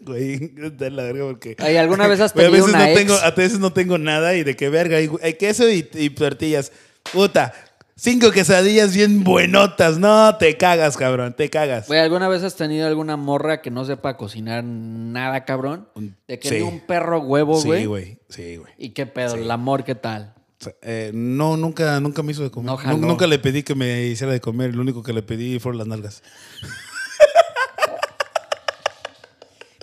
A: Güey, de la verga porque.
B: Ay, ¿alguna vez has
A: Güey,
B: pedido
A: a veces
B: una
A: no
B: ex?
A: tengo, A veces no tengo nada y de qué verga. Hay, hay queso y, y tortillas. Puta, cinco quesadillas bien buenotas. No, te cagas, cabrón, te cagas.
B: Güey, ¿alguna vez has tenido alguna morra que no sepa cocinar nada, cabrón? De que
A: sí.
B: ni un perro huevo, güey.
A: sí, güey. Sí, güey.
B: ¿Y qué pedo? El amor, ¿qué tal?
A: O sea, eh, no, nunca, nunca me hizo de comer.
B: No
A: Nu-
B: jaló.
A: nunca le pedí que me hiciera de comer. Lo único que le pedí fueron las nalgas.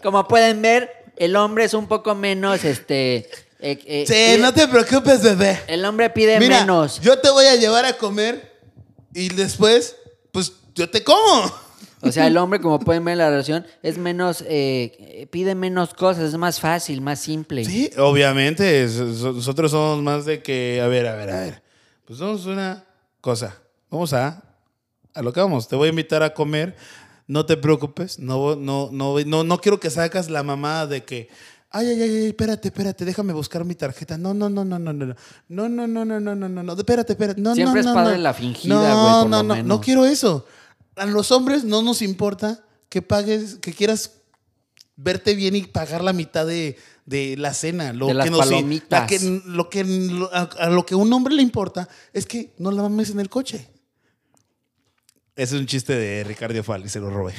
B: Como pueden ver, el hombre es un poco menos, este... eh, eh,
A: Sí,
B: pide-
A: no te preocupes, bebé.
B: El hombre pide
A: Mira,
B: menos.
A: yo te voy a llevar a comer y después, pues yo te como.
B: O sea, el hombre, como pueden ver en la relación, es menos... eh, eh, pide menos cosas, es más fácil, más simple.
A: Sí, obviamente. es- so- Nosotros somos más de que, a ver, a ver, a ver. Pues somos una cosa. Vamos a, a lo que vamos. Te voy a invitar a comer. No te preocupes. No, vo- no, no, no, no quiero que sacas la mamada de que. Ay, ay, ay, ay, espérate, espérate, déjame buscar mi tarjeta. No, no, no, no, no, no, no, no, no, no, no, no, no, no, no, espérate, espérate. No, no,
B: Siempre es
A: no,
B: padre
A: no.
B: la fingida,
A: No,
B: güey, por
A: no,
B: lo
A: no,
B: menos.
A: no quiero eso. A los hombres no nos importa que pagues, que quieras verte bien y pagar la mitad de, de la cena. Lo
B: De las
A: que nos-
B: palomitas.
A: la que- lo que, lo- a, a lo que un hombre le importa es que no la mames en el coche. Ese es un chiste de Ricardo Fal y se lo robé.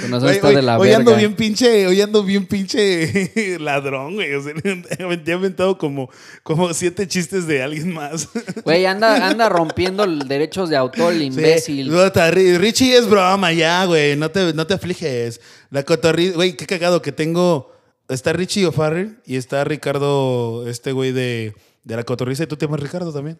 B: Con razón
A: Hoy,
B: está
A: hoy-
B: de la
A: hoy
B: verga.
A: ando bien pinche, hoy ando bien pinche ladrón, güey. O sea, te he aventado como, como siete chistes de alguien más.
B: Güey, anda, anda rompiendo el- derechos de autor, el
A: Sí.
B: imbécil.
A: Puta, Ri- Richie es broma ya, güey. No te, no te afliges. La cotorri... Güey, qué cagado que tengo... Está Richie O'Farrell y está Ricardo, este güey de, de la cotorriza. Y tú te llamas Ricardo también.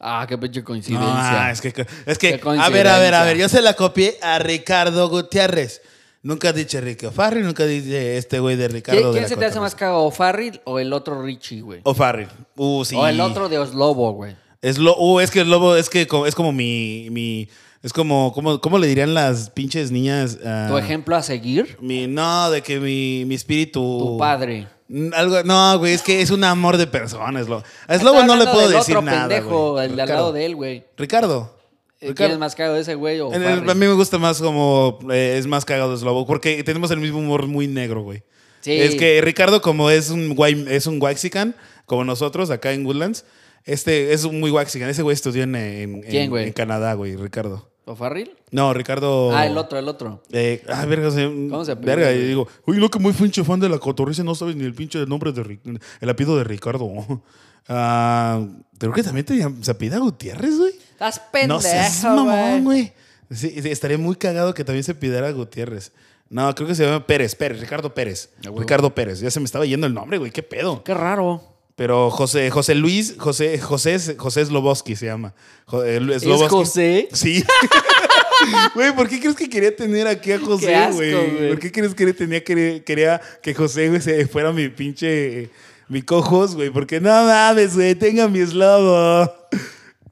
B: Ah, qué pinche coincidencia.
A: No, es que... Es
B: Qué
A: que a ver,
B: coincidencia.
A: a ver, a ver. Yo se la copié a Ricardo Gutiérrez. Nunca dice Ricky O'Farrell, nunca dice este güey de
B: ¿Quién,
A: Ricardo de
B: quién
A: la
B: se te hace más
A: Cotorrisa.
B: cagado, o Farrell o el otro Richie, güey?
A: O'Farrell. Uh, sí.
B: O el otro de Oslobo, güey.
A: Es lo, uh, es que el lobo es que co- es como mi, mi es como, como, ¿cómo le dirían las pinches niñas? ah,
B: ¿Tu ejemplo a seguir?
A: Mi, no, de que mi, mi espíritu.
B: Tu padre.
A: Mm, Algo, no, güey, es que es un amor de personas. Lo, a Slobo no le
B: Está hablando
A: puedo
B: del
A: decir
B: otro
A: nada.
B: pendejo,
A: güey.
B: el de al
A: Ricardo.
B: lado de él, güey.
A: Ricardo.
B: Eh, ¿Quién
A: Ricardo.
B: es más cagado ese güey o
A: En el-
B: Farrell?
A: a mí me gusta más como eh, es más cagado Slobo, porque tenemos el mismo humor muy negro, güey.
B: Sí.
A: Es que Ricardo, como es un guay, es un waxican, como nosotros acá en Woodlands, este es un muy waxican. Ese güey estudió en, en-
B: ¿Quién,
A: en-
B: güey?
A: en Canadá, güey, Ricardo.
B: ¿O Farrell?
A: No, Ricardo.
B: Ah, el otro, el otro.
A: Eh, ah, verga, se,
B: ¿Cómo se apellida,
A: verga, y
B: güey?
A: digo, uy, lo que muy pinche fan de la cotorriza, no sabes ni el pinche nombre de Ri- el apellido de Ricardo. Ah, creo que también te llam- se apellida Gutiérrez, güey.
B: Estás pendejo,
A: no seas
B: güey.
A: mamón, güey. Sí, sí, estaría muy cagado que también se pidiera Gutiérrez. No, creo que se llama Pérez, Pérez, Ricardo Pérez.
B: Ah, güey.
A: Ricardo Pérez, ya se me estaba yendo el nombre, güey, qué pedo.
B: Qué raro.
A: Pero José, José Luis, José, José, José Sloboski se llama. Jo- eh, Lu- Sloboski.
B: José?
A: Sí. Güey, ¿por qué crees que quería tener aquí a
B: Qué
A: José,
B: asco, güey.
A: güey? ¿Por qué crees que tenía que, quería que José güey, se fuera mi pinche eh, mi cojos, güey? Porque no mames, güey, tenga mi eslobo.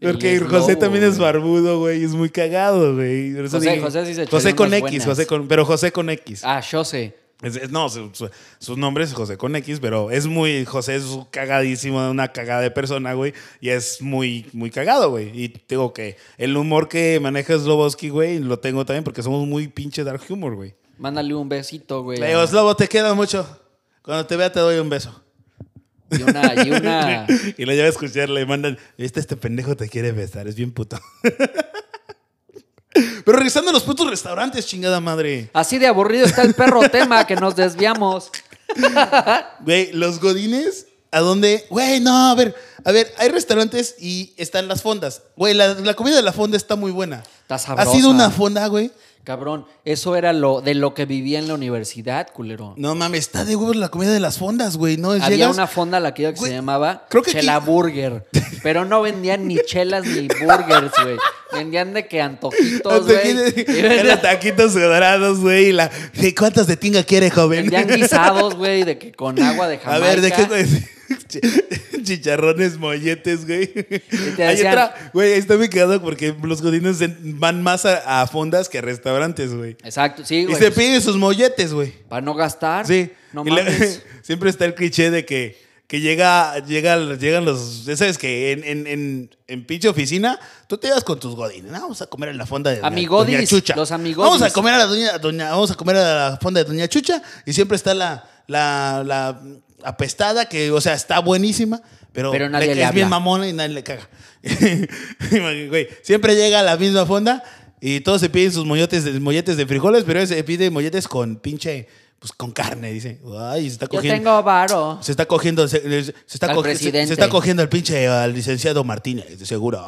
B: El
A: Porque
B: eslobo,
A: José también es
B: güey.
A: barbudo, güey, y es muy cagado, güey. Por eso
B: José-
A: dije-
B: José sí se echaría
A: José con
B: unas
A: X,
B: buenas.
A: José con, pero José con X.
B: Ah, yo sé.
A: Es- es- no, su, su- su nombre es José con X, pero es muy. José es un cagadísimo, una cagada de persona, güey. Y es muy, muy cagado, güey. Y tengo que. El humor que maneja Sloboski, güey, lo tengo también porque somos muy pinche dark humor, güey.
B: Mándale un besito, güey.
A: Le digo, Slobo, te queda mucho. Cuando te vea, te doy un beso.
B: Y una, y una.
A: Y este lo lleva a escuchar, le mandan. Viste, este pendejo te quiere besar, es bien puto. Pero regresando a los putos restaurantes, chingada madre.
B: Así de aburrido está el perro tema que nos desviamos.
A: Güey, los godines, ¿a dónde? Güey, no, a ver, a ver, hay restaurantes y están las fondas. Güey, la, la comida de la fonda está muy buena.
B: Está
A: ¿Ha sido
B: sabrosa.
A: una fonda, güey?
B: Cabrón, eso era lo de lo que vivía en la universidad, culero.
A: No mames, está de huevos la comida de las fondas, güey. No,
B: Había
A: llegas-
B: una fonda a la que iba que
A: Güey,
B: se llamaba
A: creo que aquí-
B: Chela Burger. Pero no vendían ni chelas ni burgers, güey. Vendían de que antojitos, güey. Y
A: Eran
B: vendían-
A: taquitos dorados, güey. y la- ¿De cuántas de tinga quiere, joven?
B: Vendían guisados, güey, de que con agua de
A: A
B: Jamaica.
A: ver, ¿de qué? Chi- Chicharrones, molletes, güey.
B: te
A: Hay
B: hacían-
A: otra, güey, ahí está muy cagado porque los godines en- van más a, a fondas que a restaurantes, güey.
B: Exacto, sí,
A: Y
B: güey. pues,
A: se piden sus molletes, güey.
B: Para no gastar.
A: Sí.
B: No
A: Y la-
B: mames.
A: siempre está el cliché de que, que llega, llega, llegan los. ya ¿Sabes que En, en, en, en pinche oficina, tú te vas con tus godines. "No, Vamos a comer a la fonda de Doña-
B: Amigodis,
A: Doña Chucha.
B: los amigodis.
A: Vamos a comer a la doña, doña- vamos a comer a la fonda de Doña Chucha. Y siempre está la, la, la apestada, que, o sea, está buenísima. Pero,
B: Pero nadie le
A: es bien
B: habla.
A: mamona y nadie le caga. Güey, siempre llega a la misma fonda y todos se piden sus molletes de, molletes de frijoles, pero él se pide molletes con pinche, pues con carne, dice. Ay, se está
B: Yo
A: cogiendo.
B: tengo varo.
A: Se está cogiendo, se, se está
B: Al
A: cogi- se-
B: presidente.
A: se está cogiendo al pinche al licenciado Martínez, de seguro.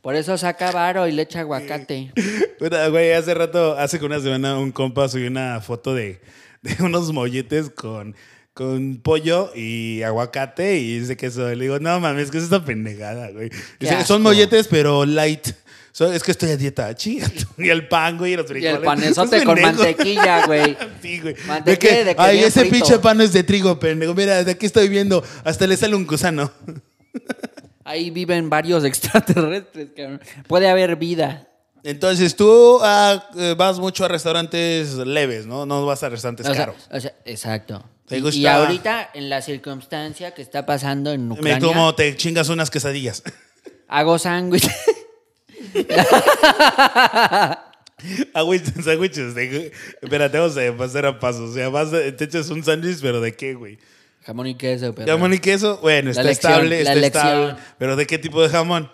B: Por eso saca varo y le echa aguacate.
A: Puta, güey, hace rato, hace como una semana, un compa subió una foto de, de unos molletes con, con pollo y aguacate y dice que eso. Le digo, no mames, que es esta pendejada, güey. Dice,
B: asco.
A: son molletes, pero light. So- es que estoy a dieta, chinga. tú. Y el pan, güey, y los
B: Y
A: frijoles.
B: el panezote
A: Es
B: con
A: pendejo.
B: mantequilla, güey.
A: Sí, güey.
B: Mantequilla
A: De que,
B: de que
A: ay,
B: bien
A: ese
B: frito".
A: pinche pan no es de trigo, pendejo. Mira, de aquí estoy viendo, hasta le sale un gusano.
B: Ahí viven varios extraterrestres, cabrón. Puede haber vida.
A: Entonces tú ah, eh, vas mucho a restaurantes leves, ¿no? No vas a restaurantes
B: O sea,
A: caros.
B: o sea, exacto.
A: ¿Te
B: y, y
A: gusta?
B: ahorita, en la circunstancia que está pasando en
A: Me
B: Ucrania,
A: como te chingas unas quesadillas.
B: hago sándwiches.
A: Agüites, sándwiches de. Espérate, vamos a pasar a pasos. O sea, vas, a- te echas un sándwich, pero ¿de qué, güey?
B: Jamón y queso, pero.
A: ¿Jamón y queso? Bueno, está
B: elección,
A: estable,
B: la
A: está
B: elección.
A: estable. ¿Pero de qué tipo de jamón?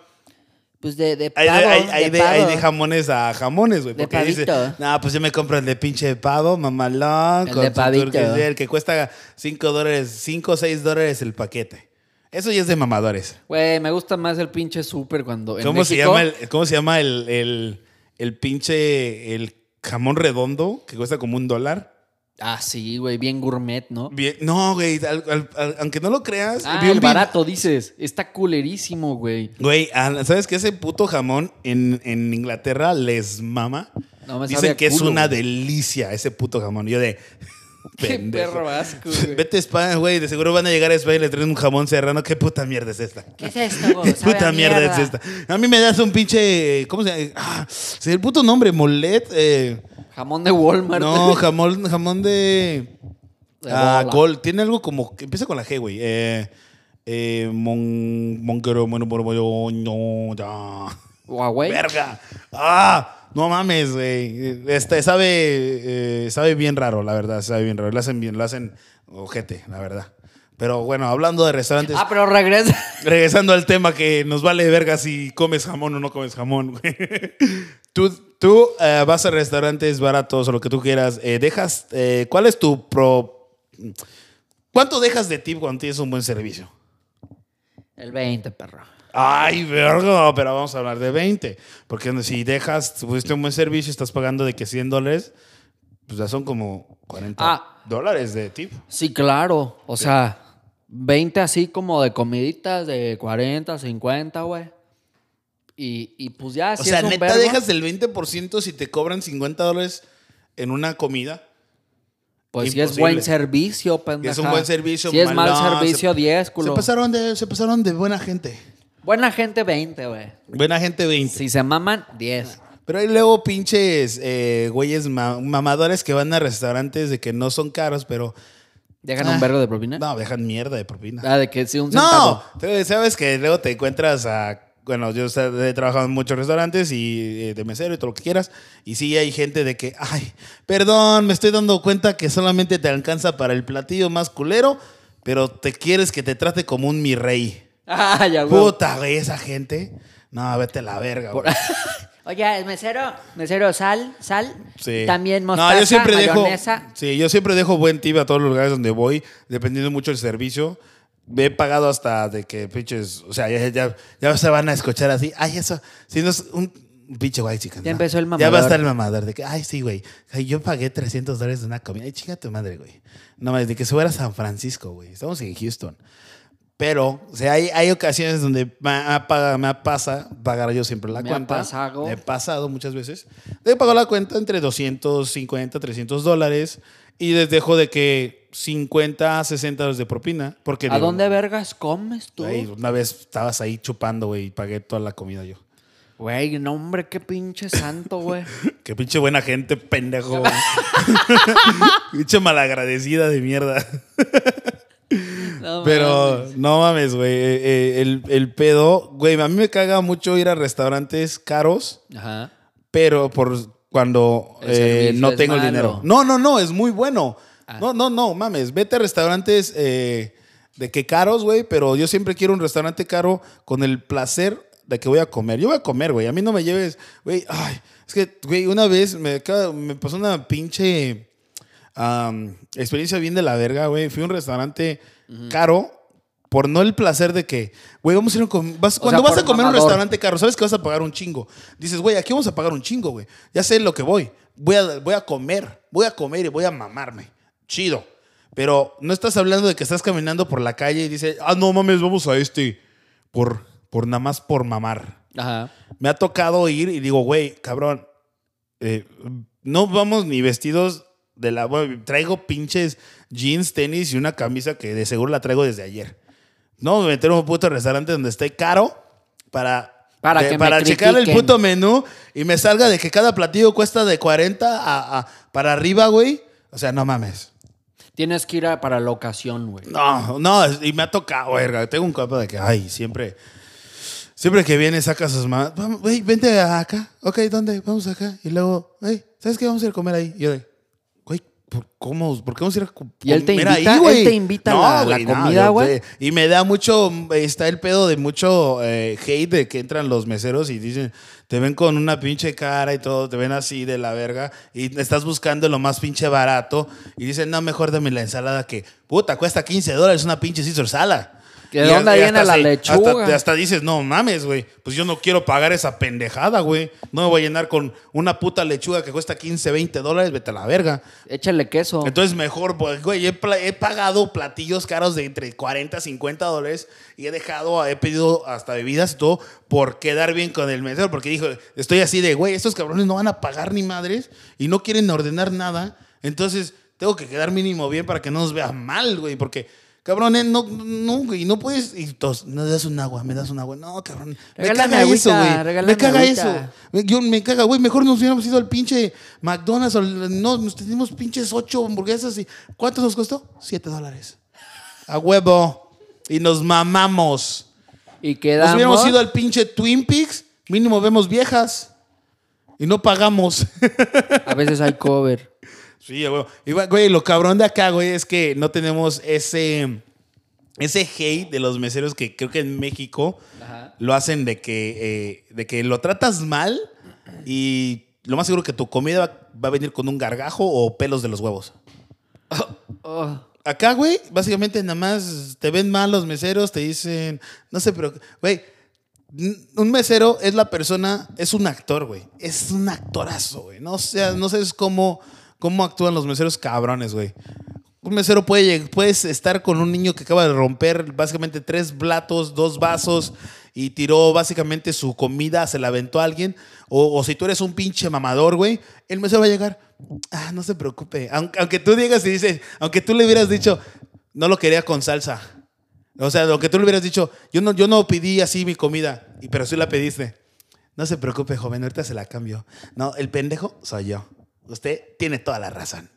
B: Pues de, de
A: Hay de,
B: pavo,
A: hay- hay
B: de
A: de- hay
B: pavo.
A: de jamones a jamones, güey.
B: De
A: Porque dice,
B: pavito.
A: no, pues yo me compro el de pinche pavo, mamalón,
B: El
A: con
B: de
A: su
B: pavito.
A: turquesé, el que cuesta 5 dólares, 5 o 6 dólares el paquete. Eso ya es de mamadores.
B: Güey, me gusta más el pinche súper cuando. en
A: ¿Cómo se,
B: México-
A: llama el, ¿Cómo se llama el, el- el pinche el jamón redondo que cuesta como un dólar?
B: Ah, sí, güey, bien gourmet, ¿no?
A: Bien- no, güey, al- al- al- aunque no lo creas.
B: Ah,
A: vi un
B: el
A: vi-
B: barato, dices. Está culerísimo, güey.
A: Güey, al- ¿sabes qué? Ese puto jamón en, en Inglaterra les mama.
B: No me sabe
A: Dicen
B: a
A: que es
B: culo,
A: una
B: güey.
A: delicia ese puto jamón. Yo de.
B: Qué
A: pendejo.
B: perro asco, güey.
A: Vete a España, güey. De seguro van a llegar a España y le traen un jamón serrano. ¿Qué puta mierda es esta?
B: ¿Qué es esto,
A: ¿Qué puta mierda, es esta? A mí me das un pinche. ¿Cómo se llama? Ah, sí, el puto nombre, molet. eh,
B: Jamón de Walmart.
A: no, jamón, jamón de.
B: De
A: ah,
B: bola.
A: col. Tiene algo como. que Empieza con la G, güey. Eh, eh, mon, monquero, bueno, bueno, bueno, no, ya.
B: Huawei.
A: ¡Verga! ¡Ah! No mames, güey. Este, sabe, eh, sabe bien raro, la verdad. Sabe bien raro. Lo hacen bien, lo hacen ojete, la verdad. Pero bueno, hablando de restaurantes.
B: Ah, pero regresa.
A: Regresando al tema que nos vale verga si comes jamón o no comes jamón, güey. Tú, tú eh, vas a restaurantes baratos o lo que tú quieras. eh, dejas, eh, ¿cuál es tu pro? ¿Cuánto dejas de tip cuando tienes un buen servicio?
B: El 20, perro.
A: Ay, verga, pero vamos a hablar de 20. Porque si dejas, si pusiste un buen servicio, estás pagando de que 100 dólares, pues ya son como 40
B: Ah.
A: dólares de tip.
B: Sí, claro. O sea, 20 así como de comiditas de 40, 50, güey. Y, y pues ya, si
A: o sea,
B: es un
A: neta,
B: vergo,
A: dejas el 20% si te cobran 50 dólares en una comida.
B: Pues si es buen
A: imposible.
B: servicio, pendeja.
A: es un buen servicio,
B: Si es mal
A: malón,
B: servicio,
A: se-
B: 10, culo.
A: Se pasaron de, se pasaron de buena gente.
B: Buena gente, 20, güey.
A: Buena gente 20.
B: Si se maman, 10.
A: Pero hay luego pinches eh, güeyes ma- mamadores que van a restaurantes de que no son caros, pero
B: ¿Dejan
A: Ah,
B: un vergo de propina?
A: no, dejan mierda de propina.
B: Ah, de que sí, un
A: No,
B: centavo.
A: te- sabes que luego te encuentras a. Bueno, yo o sea, he trabajado en muchos restaurantes y eh, de mesero y todo lo que quieras. Y sí hay gente de que, ay, perdón, me estoy dando cuenta que solamente te alcanza para el platillo más culero, pero te quieres que te trate como un mi rey.
B: Ah, ya, güey.
A: Puta, güey, esa gente. No, vete a la verga, güey.
B: Oye, mesero, mesero, sal, sal.
A: Sí.
B: También mostaza,
A: yo siempre
B: mayonesa.
A: Dejo, sí, yo siempre dejo buen tip a todos los lugares donde voy, dependiendo mucho del servicio. Me he pagado hasta de que pinches, o sea, ya, ya, ya se van a escuchar así. Ay, eso, si no es un pinche guay, chica.
B: Ya empezó el
A: Ya va a
B: mamador.
A: estar el mamador de que, ay, sí, güey. ay, yo pagué 300 dólares de una comida. Ay, chica tu madre, güey. No más, de que se fuera a San Francisco, güey. Estamos en Houston. Pero, o sea, hay, hay ocasiones donde me ha, paga- me ha pasa pagar yo siempre la
B: Me ha
A: cuenta.
B: pasado.
A: Me ha pasado muchas veces. He pagado la cuenta entre 250, 300 dólares y les dejo de que 50, 60 dólares de propina. Porque
B: ¿A
A: digo,
B: dónde vergas comes tú?
A: güey, una vez estabas ahí chupando, güey, y pagué toda la comida yo.
B: Güey, no, hombre, qué pinche santo, güey.
A: Qué pinche buena gente, pendejo. güey. pinche malagradecida de mierda.
B: No
A: Pero
B: mames.
A: no mames, güey. eh, eh, el, el pedo, güey, a mí me caga mucho ir a restaurantes caros,
B: Ajá.
A: pero por cuando
B: El
A: eh,
B: servicio
A: no
B: es
A: tengo el
B: malo.
A: dinero. No, no, no, es muy bueno.
B: Ah.
A: No, no, no, mames. Vete a restaurantes eh, de que caros, güey, pero yo siempre quiero un restaurante caro con el placer de que voy a comer. Yo voy a comer, güey. A mí no me lleves, güey. Ay, es que, güey, una vez me, acaba- me pasó una pinche am, experiencia bien de la verga, güey. Fui a un restaurante caro por no el placer de que, güey, vamos a ir a com- vas-
B: O
A: Cuando
B: sea,
A: vas a
B: por
A: comer a un
B: mamador.
A: restaurante caro, sabes que vas a pagar un chingo. Dices, güey, aquí vamos a pagar un chingo, güey. Ya sé lo que voy. Voy a, voy a comer, voy a comer y voy a mamarme. Chido. Pero no estás hablando de que estás caminando por la calle y dices, ah, no mames, vamos a este. Por, por nada más por mamar
B: Ajá.
A: me ha tocado ir y digo, güey, cabrón, eh, no vamos ni vestidos de la... bueno, traigo pinches jeans, tenis y una camisa que de seguro la traigo desde ayer. No, me meter a un puto restaurante donde esté caro para...
B: Para
A: de-
B: que me
A: para checar el
B: critiquen.
A: puto menú y me salga de que cada platillo cuesta de 40 a- a- para arriba, güey. O sea, no mames.
B: Tienes que ir a- para la ocasión, güey.
A: No, no, es- y me ha tocado, verga. Tengo un compa de que, ay, siempre. Siempre que viene saca sus mamás. Vamos, güey, vente acá. Ok, ¿dónde? Vamos acá. Y luego, güey, ¿sabes qué? Vamos a ir a comer ahí. Y yo de, güey, ¿por, cómo, ¿por qué vamos a ir a co- comer
B: ¿Y él te
A: ahí,
B: invita? ¿Él
A: güey?
B: te invita la- la comida,
A: yo-
B: güey?
A: Y me da mucho, está el pedo de mucho eh, hate de que entran los meseros y dicen, te ven con una pinche cara y todo, te ven así de la verga y estás buscando lo más pinche barato y dicen, no, mejor dame la ensalada que, puta, cuesta 15 dólares una pinche Caesar sala.
B: ¿Que de dónde viene la lechuga?
A: Hasta, hasta dices, no mames, güey, pues yo no quiero pagar esa pendejada, güey. No me voy a llenar con una puta lechuga que cuesta 15, 20 dólares, vete a la verga.
B: Échale queso.
A: Entonces mejor, pues, güey, he, pla- he pagado platillos caros de entre 40 50 dólares y he dejado, he pedido hasta bebidas y todo por quedar bien con el mesero, porque dijo, estoy así de, güey, estos cabrones no van a pagar ni madres y no quieren ordenar nada, entonces tengo que quedar mínimo bien para que no nos vea mal, güey, porque... Cabrón, eh, no, no, güey, no puedes. Y tos, no das un agua, me das un agua. No, cabrón. Me
B: Regálame
A: caga eso,
B: agüita,
A: güey. Me
B: regálame
A: caga
B: agüita.
A: eso. Me- Yo me caga, güey. Mejor nos hubiéramos ido al pinche McDonald's. o al- no, nos tenemos pinches ocho hamburguesas. y ¿Cuánto nos costó? Siete dólares. A huevo. Y nos mamamos.
B: Y
A: Nos
B: quedamos.
A: hubiéramos ido al pinche Twin Peaks. Mínimo vemos viejas. Y no pagamos.
B: A veces hay cover.
A: Sí, güey. Y, güey, güey, lo cabrón de acá, güey, es que no tenemos ese, ese hate de los meseros que creo que en México
B: Ajá.
A: lo hacen de que, eh, de que lo tratas mal y lo más seguro que tu comida va, va a venir con un gargajo o pelos de los huevos.
B: Oh,
A: Acá, güey, básicamente nada más te ven mal los meseros, te dicen, no sé, pero, güey, n- un mesero es la persona, es un actor, güey, es un actorazo, güey. No, sé, no sabes cómo, cómo actúan los meseros cabrones, güey. Un mesero puede, lleg- puedes estar con un niño que acaba de romper básicamente tres platos, dos vasos y tiró básicamente su comida, se la aventó a alguien. O, o si tú eres un pinche mamador, güey, el mesero va a llegar. Ah, no se preocupe. Aunque, aunque tú digas y dices, aunque tú le hubieras dicho, no lo quería con salsa. O sea, lo que tú le hubieras dicho, yo no, yo no pedí así mi comida, y- pero sí la pediste. No se preocupe, joven, ahorita se la cambio. No, el pendejo soy yo. Usted tiene toda la razón.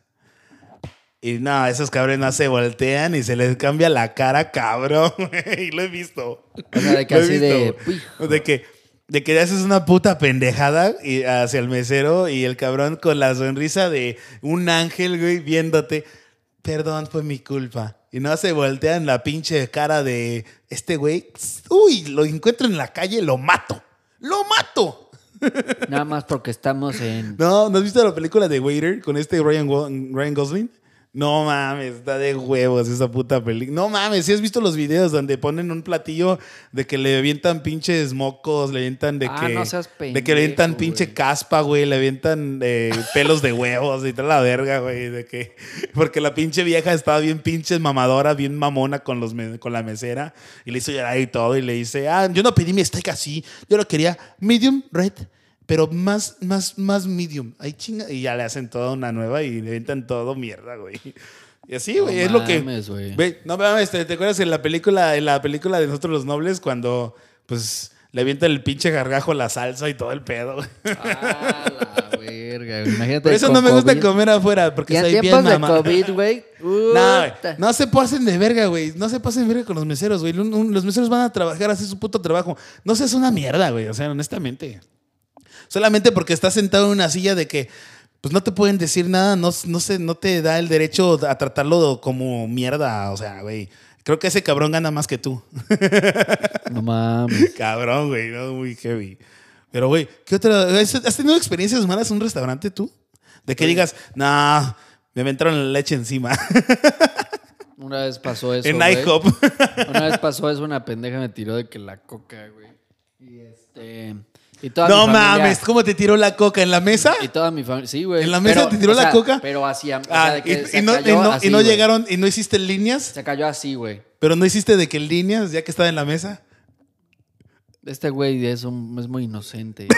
A: Y no, esos cabrones no se voltean y se les cambia la cara, cabrón. y lo he visto.
B: O sea, de que
A: Lo he
B: así de.
A: visto.
B: "Uy,
A: De que, de que haces una puta pendejada y hacia el mesero y el cabrón con la sonrisa de un ángel, güey, viéndote. Perdón, fue mi culpa. Y no se voltean la pinche cara de este güey. Uy, lo encuentro en la calle, lo mato. ¡Lo mato!
B: Nada más porque estamos en.
A: No, ¿no has visto la película de Waiter con este Ryan, Go- Ryan Gosling? No mames, está de huevos esa puta película. No mames, si has visto los videos donde ponen un platillo de que le avientan pinches mocos, le avientan de
B: Ah,
A: que.
B: no seas
A: de que le avientan
B: pendejo,
A: pinche
B: güey.
A: caspa, güey, le avientan eh, pelos de huevos y tal la verga, güey. De que. Porque la pinche vieja estaba bien pinche mamadora, bien mamona con, los me- con la mesera. Y le hizo llorar y todo. Y le dice, ah, yo no pedí mi steak así. Yo lo quería medium red pero más, más, más medium. Ahí chinga. Y ya le hacen toda una nueva y le inventan todo mierda, güey. Y así, güey, es lo que.
B: mames, güey.
A: Güey, no mames, ¿te, te acuerdas en la película, en la película de nosotros los nobles cuando pues le avientan el pinche gargajo la salsa y todo el pedo? güey?
B: Ah, la verga, güey. Imagínate.
A: Por eso
B: con
A: no me gusta
B: COVID.
A: comer afuera, porque
B: Y en
A: soy bien
B: tiempos de
A: mamá.
B: COVID, güey.
A: No, güey,
B: puta.
A: no se pasen de verga, güey. No se pasen de verga con los meseros, güey. Un- un- Los meseros van a trabajar, hacer su puto trabajo. No seas una mierda, güey. O sea, honestamente. Solamente porque estás sentado en una silla de que, pues no te pueden decir nada, no, no, se, no te da el derecho a tratarlo como mierda. O sea, güey. Creo que ese cabrón gana más que tú.
B: No mames.
A: cabrón, güey. No, muy heavy. Pero, güey, ¿qué otra? ¿Has has tenido experiencias malas en un restaurante tú? De que digas, nah, me aventaron la leche encima.
B: Una vez pasó eso.
A: en
B: güey.
A: IHOP.
B: Una vez pasó eso, una pendeja me tiró de que la coca, güey. Y este. Y toda
A: No
B: mi familia-
A: mames, ¿cómo te tiró la coca en la mesa?
B: Y toda mi familia. Sí, güey.
A: ¿En la mesa te tiró
B: o
A: la
B: sea,
A: coca?
B: Pero hacía.
A: Ah, y, y no, y no- y no llegaron, y no hiciste líneas,
B: Se cayó así, güey.
A: pero no hiciste de que líneas ya que estaba en la mesa.
B: Este güey es, un- es muy inocente.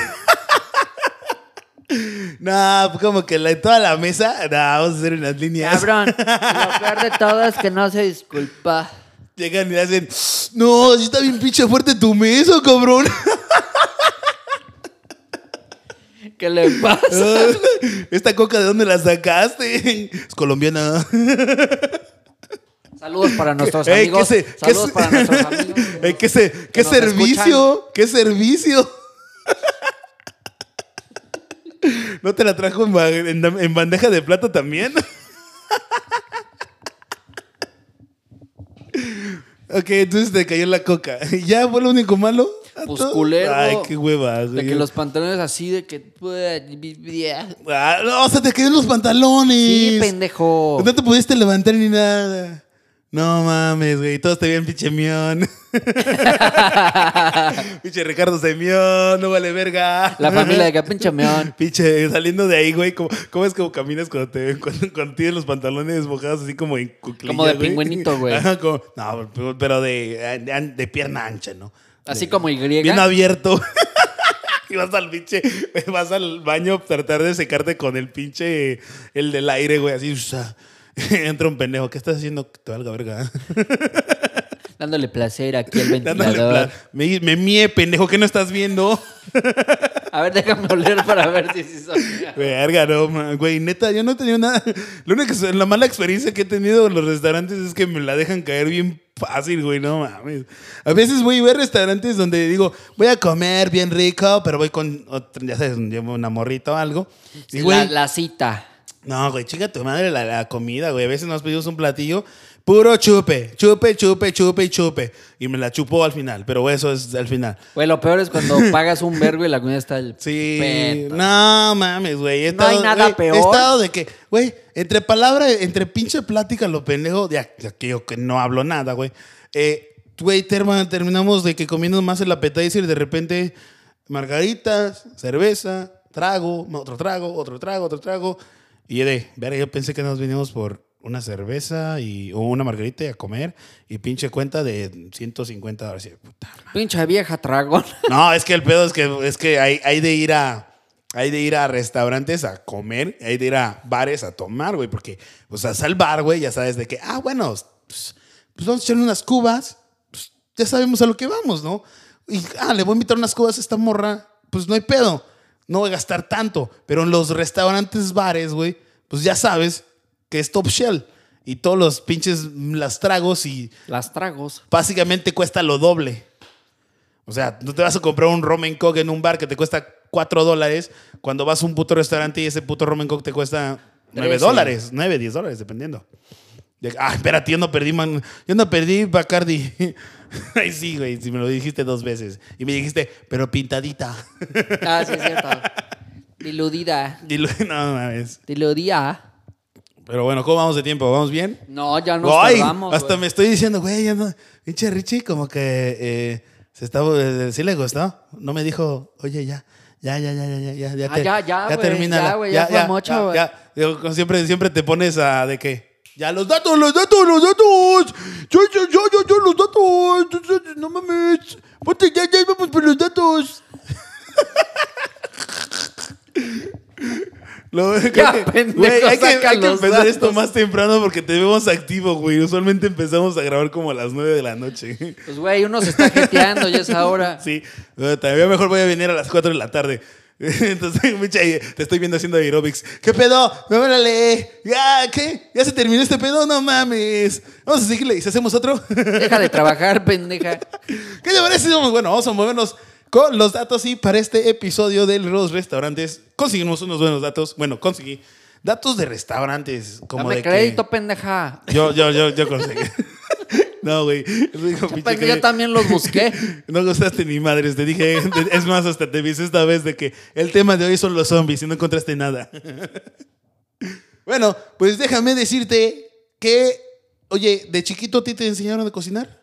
A: No, pues como que la, toda la mesa, no, vamos a hacer unas líneas.
B: Cabrón. Lo peor de todo es que no se disculpa.
A: Llegan y hacen, no, sí está bien pinche fuerte tu mesa, cabrón.
B: ¿Qué le pasa?
A: Esta coca, ¿de dónde la sacaste? Es colombiana.
B: Saludos para nuestros
A: Ey,
B: amigos.
A: se-
B: Saludos
A: se-
B: para nuestros amigos.
A: Ey, ¿qué, se- qué
B: nos
A: servicio? ¿Qué servicio? ¿No te la trajo en, ba- en- en bandeja de plata también? ok, entonces te cayó la coca. ¿Ya fue lo único malo?
B: Pues, culero.
A: Ay, qué hueva.
B: De
A: güey.
B: que los pantalones así, de que.
A: Ah, no, o sea, te cayeron los pantalones.
B: Sí, pendejo.
A: No te pudiste levantar ni nada. No mames, güey. Todos te veían pinche mión. pinche Ricardo Semión, no vale verga.
B: La familia de que pinche meón.
A: Pinche, saliendo de ahí, güey. ¿Cómo, cómo es como caminas cuando, te, cuando, cuando tienes los pantalones mojados así como en cuclilla,
B: Como de
A: güey?
B: pingüinito, güey.
A: Ajá, como- no, pero- pero de, de, de pierna ancha, ¿no?
B: Así
A: De-
B: como Y.
A: Bien abierto. Y vas al pinche, vas al baño a tratar de secarte con el pinche, el del aire, güey, así. usa. Entra un pendejo, ¿qué estás haciendo? Que te valga verga.
B: Dándole placer aquí al
A: Dándole
B: ventilador.
A: pla- me, me mie, pendejo, ¿qué no estás viendo?
B: A ver, déjame oler para ver si sí son.
A: Verga, no, ma- güey, neta, yo no he tenido nada. La única, la mala experiencia que he tenido en los restaurantes es que me la dejan caer bien fácil, güey, no mames. A veces, güey, voy a restaurantes donde digo, voy a comer bien rico, pero voy con, otra- ya sabes, llevo una morrita o algo. Y,
B: la,
A: güey,
B: la cita.
A: No, güey, chinga tu madre la, la comida, güey. A veces nos pedimos un platillo puro chupe, chupe, chupe, chupe y chupe. Y me la chupó al final, pero eso es al final.
B: Güey, lo peor es cuando pagas un vergo y la comida está el.
A: Sí.
B: peto.
A: No mames, güey. He
B: No hay nada
A: güey,
B: peor.
A: He estado de que, güey, entre palabras, entre pinche plática, lo pendejo, de aqu- de aquello que no hablo nada, güey. Eh, Güey, terma- terminamos de que comiendo más el appetizer y de repente margaritas, cerveza, trago, otro trago, otro trago, otro trago. Y yo de, verga, yo pensé que nos vinimos por una cerveza y, o una margarita y a comer y pinche cuenta de 150 dólares. Y yo, puta
B: Pinche vieja tragón.
A: no, es que el pedo es que, es que hay, hay de ir a. Hay de ir a restaurantes a comer, hay de ir a bares a tomar, güey, porque, o sea, al bar, güey, ya sabes de que, ah, bueno, pues, pues vamos a echar unas cubas, pues, ya sabemos a lo que vamos, ¿no? Y, ah, le voy a invitar unas cubas a esta morra, pues no hay pedo, no voy a gastar tanto, pero en los restaurantes, bares, güey, pues ya sabes que es top shell y todos los pinches, mm, las tragos y
B: Las tragos.
A: básicamente cuesta lo doble. O sea, no te vas a comprar un Roman Coke en un bar que te cuesta 4 dólares cuando vas a un puto restaurante y ese puto Roman Coke te cuesta 9
B: Trece.
A: dólares, 9, 10 dólares, dependiendo. Ya- Ah, espérate, yo no perdí, man. Yo no perdí Bacardi. Ay, sí, güey, si me lo dijiste dos veces. Y me dijiste, pero pintadita.
B: Ah, sí, es cierto. Diludida.
A: Y luego, no mames.
B: Diludía.
A: Pero bueno, ¿cómo vamos de tiempo? ¿Vamos bien?
B: No, ya nos
A: Ay,
B: tardamos.
A: hasta
B: güey.
A: me estoy diciendo, güey, ya no. Pinche Richie, como que eh, se estaba. eh, sí le gustó. No me dijo, oye, ya. Ya, ya, ya, ya, ya, ya, ya,
B: Ah,
A: te-
B: ya, ya, güey,
A: termínala,
B: ya, güey, ya fue mucho,
A: ya,
B: güey.
A: ya. Digo, como siempre, siempre te pones a de que. Ya, los datos, los datos, los datos. Yo, yo, yo, yo, yo, los datos. Yo, yo, No mames. Ponte, ya, ya, vamos por los datos. Lo-
B: Ya,
A: güey,
B: pendejo,
A: hay que,
B: saca
A: hay que
B: los
A: empezar
B: datos.
A: esto más temprano porque te vemos activo, güey. Usualmente empezamos a grabar como a las 9 de la noche.
B: Pues, güey, uno se está jeteando ya es ahora.
A: Sí, eh, todavía mejor voy a venir a las 4 de la tarde. Entonces, mucha, eh, te estoy viendo haciendo aerobics. ¿Qué pedo? No, órale. ¿Ya qué? ¿Ya se terminó este pedo? No mames. Vamos a seguirle. ¿Y si hacemos otro?
B: Deja de trabajar, pendeja.
A: ¿Qué te parece? Bueno, vamos a movernos con los datos y para este episodio de los restaurantes conseguimos unos buenos datos. Bueno, conseguí datos de restaurantes. Como
B: Dame
A: de que-
B: crédito, pendeja.
A: Yo, yo, yo, yo conseguí. No, güey. Eso dijo pinche
B: Pues,
A: Jaime.
B: yo también los busqué.
A: No gustaste ni madres, te dije. Es más, hasta te avisé esta vez de que el tema de hoy son los zombies y no encontraste nada. Bueno, pues déjame decirte que, oye, ¿de chiquito a ti te enseñaron a cocinar?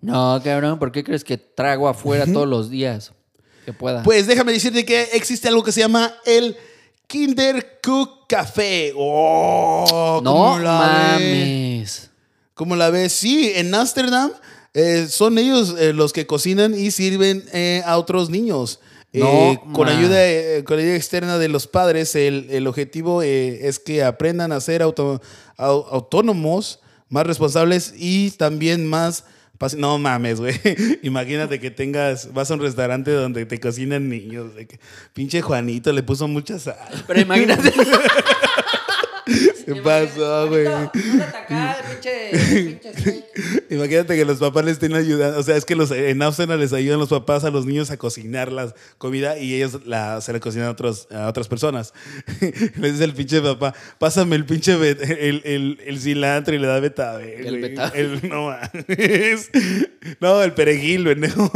B: No, cabrón, ¿por qué crees que trago afuera todos los días? Que pueda.
A: Pues déjame decirte que existe algo que se llama el Kinder Cook Café. ¡Oh!
B: no
A: ¿cómo la ves?
B: mames.
A: Como la ves, sí, en Ámsterdam eh, son ellos eh, los que cocinan y sirven eh, a otros niños. Eh,
B: No,
A: con,
B: ma.
A: ayuda, eh, con ayuda externa de los padres, el, el objetivo eh, es que aprendan a ser auto- au- autónomos, más responsables y también más... paci- No mames, güey. Imagínate que tengas, vas a un restaurante donde te cocinan niños. de que, pinche Juanito le puso mucha sal.
B: Pero imagínate.
A: ¿Qué pasó, güey? Imagínate que los papás les estén ayudando. O sea, es que los, en Ámsterdam les ayudan los papás a los niños a cocinar la comida y ellos la, se la cocinan a, otros, a otras personas. les dice el pinche papá, pásame el pinche bet- el, el, el cilantro y le da betabel.
B: El
A: güey.
B: betabel.
A: El- no, mames. no, el perejil, pendejo.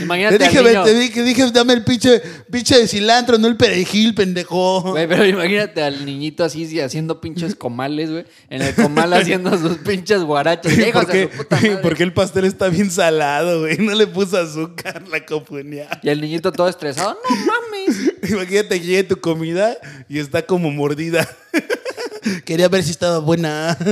B: Imagínate
A: Te dije,
B: al niño.
A: "Ve- te dije, dije, dame el pinche, pinche de cilantro, no el perejil, pendejo.
B: Güey, pero imagínate al niñito así sí, haciendo pinches comales, güey. En el comal haciendo sus pinches guarachas. Hijos de
A: Porque,
B: su puta madre.
A: porque el pastel está bien salado, güey. No le puso azúcar, la comunidad.
B: Y el niñito todo estresado. No mames.
A: Imagínate que llegue tu comida y está como mordida. Quería ver si estaba buena.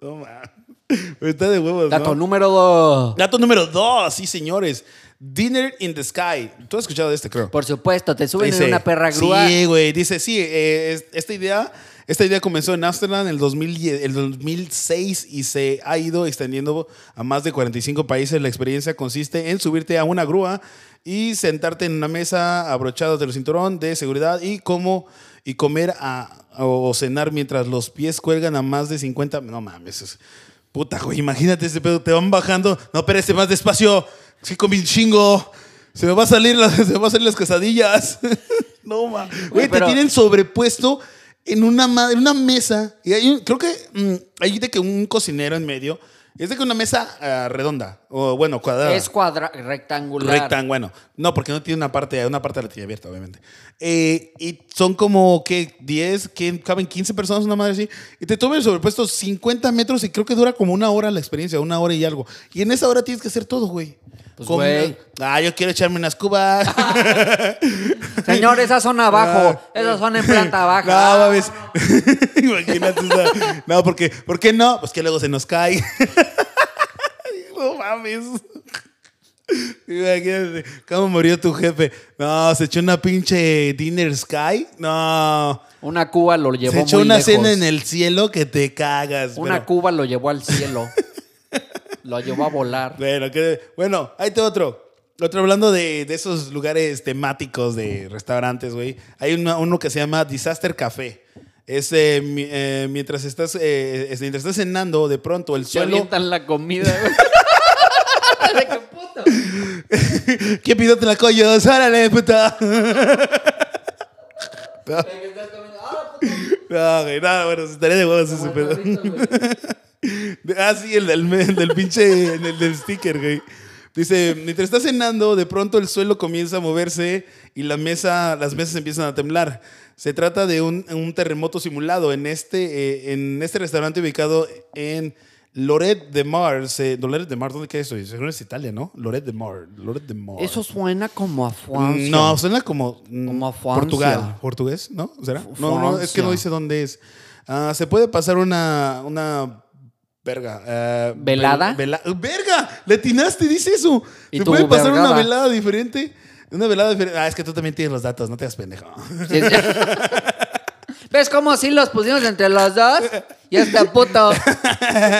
A: Toma. Pero está de huevos, ¿no?
B: Dato número dos.
A: Dato número dos, sí, señores. Dinner in the Sky. Tú has escuchado de este, creo.
B: Por supuesto, te suben
A: Dice,
B: en una perra grúa.
A: Sí, güey. Dice, sí, eh, es- esta idea... Esta idea comenzó en Ámsterdam en el, 2010, el 2006 y se ha ido extendiendo a más de 45 países. La experiencia consiste en subirte a una grúa y sentarte en una mesa abrochados del cinturón de seguridad y como y comer a- o cenar mientras los pies cuelgan a más de 50... No mames, es- puta, güey, imagínate ese pedo. Te van bajando. No, espérate, más despacio. Sí, comí un chingo. Se me va a salir las, se me va a salir las quesadillas. no ma. Güey,
B: pero-
A: te tienen sobrepuesto en una madre, una mesa. Y hay un- creo que mm, hay de que un cocinero en medio. Es de que una mesa ah, redonda. O bueno, cuadrada.
B: Es cuadra rectangular.
A: Rectan, bueno. No, porque no tiene una parte, una parte la tiene abierta, obviamente. Eh, y son como que 10, que caben 15 personas, una madre así. Y te toman el sobrepuesto 50 metros y creo que dura como una hora la experiencia, una hora y algo. Y en esa hora tienes que hacer todo, güey.
B: Pues,
A: Como-
B: güey.
A: Ah, yo quiero echarme unas cubas.
B: Señor, esas son abajo.
A: Ah.
B: Esas son en planta
A: no,
B: baja.
A: mames. Imagínate esa- No, porque, ¿por qué no? Pues que luego se nos cae. no mames. Imagínate cómo murió tu jefe. No, se echó una pinche Dinner Sky. No.
B: Una cuba lo llevó
A: Se echó
B: muy
A: una
B: lejos.
A: cena en el cielo que te cagas.
B: Una
A: pero-
B: cuba lo llevó al cielo. lo llevó a volar.
A: Bueno, que, bueno, ahí te otro. Otro hablando de, de esos lugares temáticos de restaurantes, güey. Hay una- uno que se llama Disaster Café. Es eh, mi- eh, mientras estás eh, es- mientras estás cenando, de pronto el
B: Se
A: suelo.
B: avientan la comida, güey. ¿De qué puto?
A: ¿Qué pido te la collos? ¡Órale, puta!
B: De que estás comiendo, "Ah, puto".
A: No, güey, no, bueno, se estaría de huevos ese pedo. ah, sí, el del, el del pinche, en el del sticker, güey. Dice, mientras estás cenando, de pronto el suelo comienza a moverse y la mesa, las mesas empiezan a temblar. Se trata de un, un terremoto simulado en este, eh, en este restaurante ubicado en Loret de Mar. Se- Loret de Mar, ¿dónde queda eso? Seguro es Italia, ¿no? Loret de Mar. Loret de Mar.
B: Eso suena como a Francia.
A: No, suena como, mm,
B: Como Francia.
A: Portugal. ¿Portugués? ¿No? ¿Será?
B: F-
A: No, no, es que no
B: Francia.
A: dice dónde es. Ah, se puede pasar una. una verga. eh,
B: ¿Velada?
A: vel- vela- ¡Verga! Le atinaste, dice eso.
B: Y
A: se
B: tú,
A: puede pasar una
B: vergada.
A: velada diferente. Una velada diferente. Ah, es que tú también tienes los datos, no te hagas pendejo.
B: Sí, sí. ¿Ves cómo sí los pusimos entre los dos? Y este puto.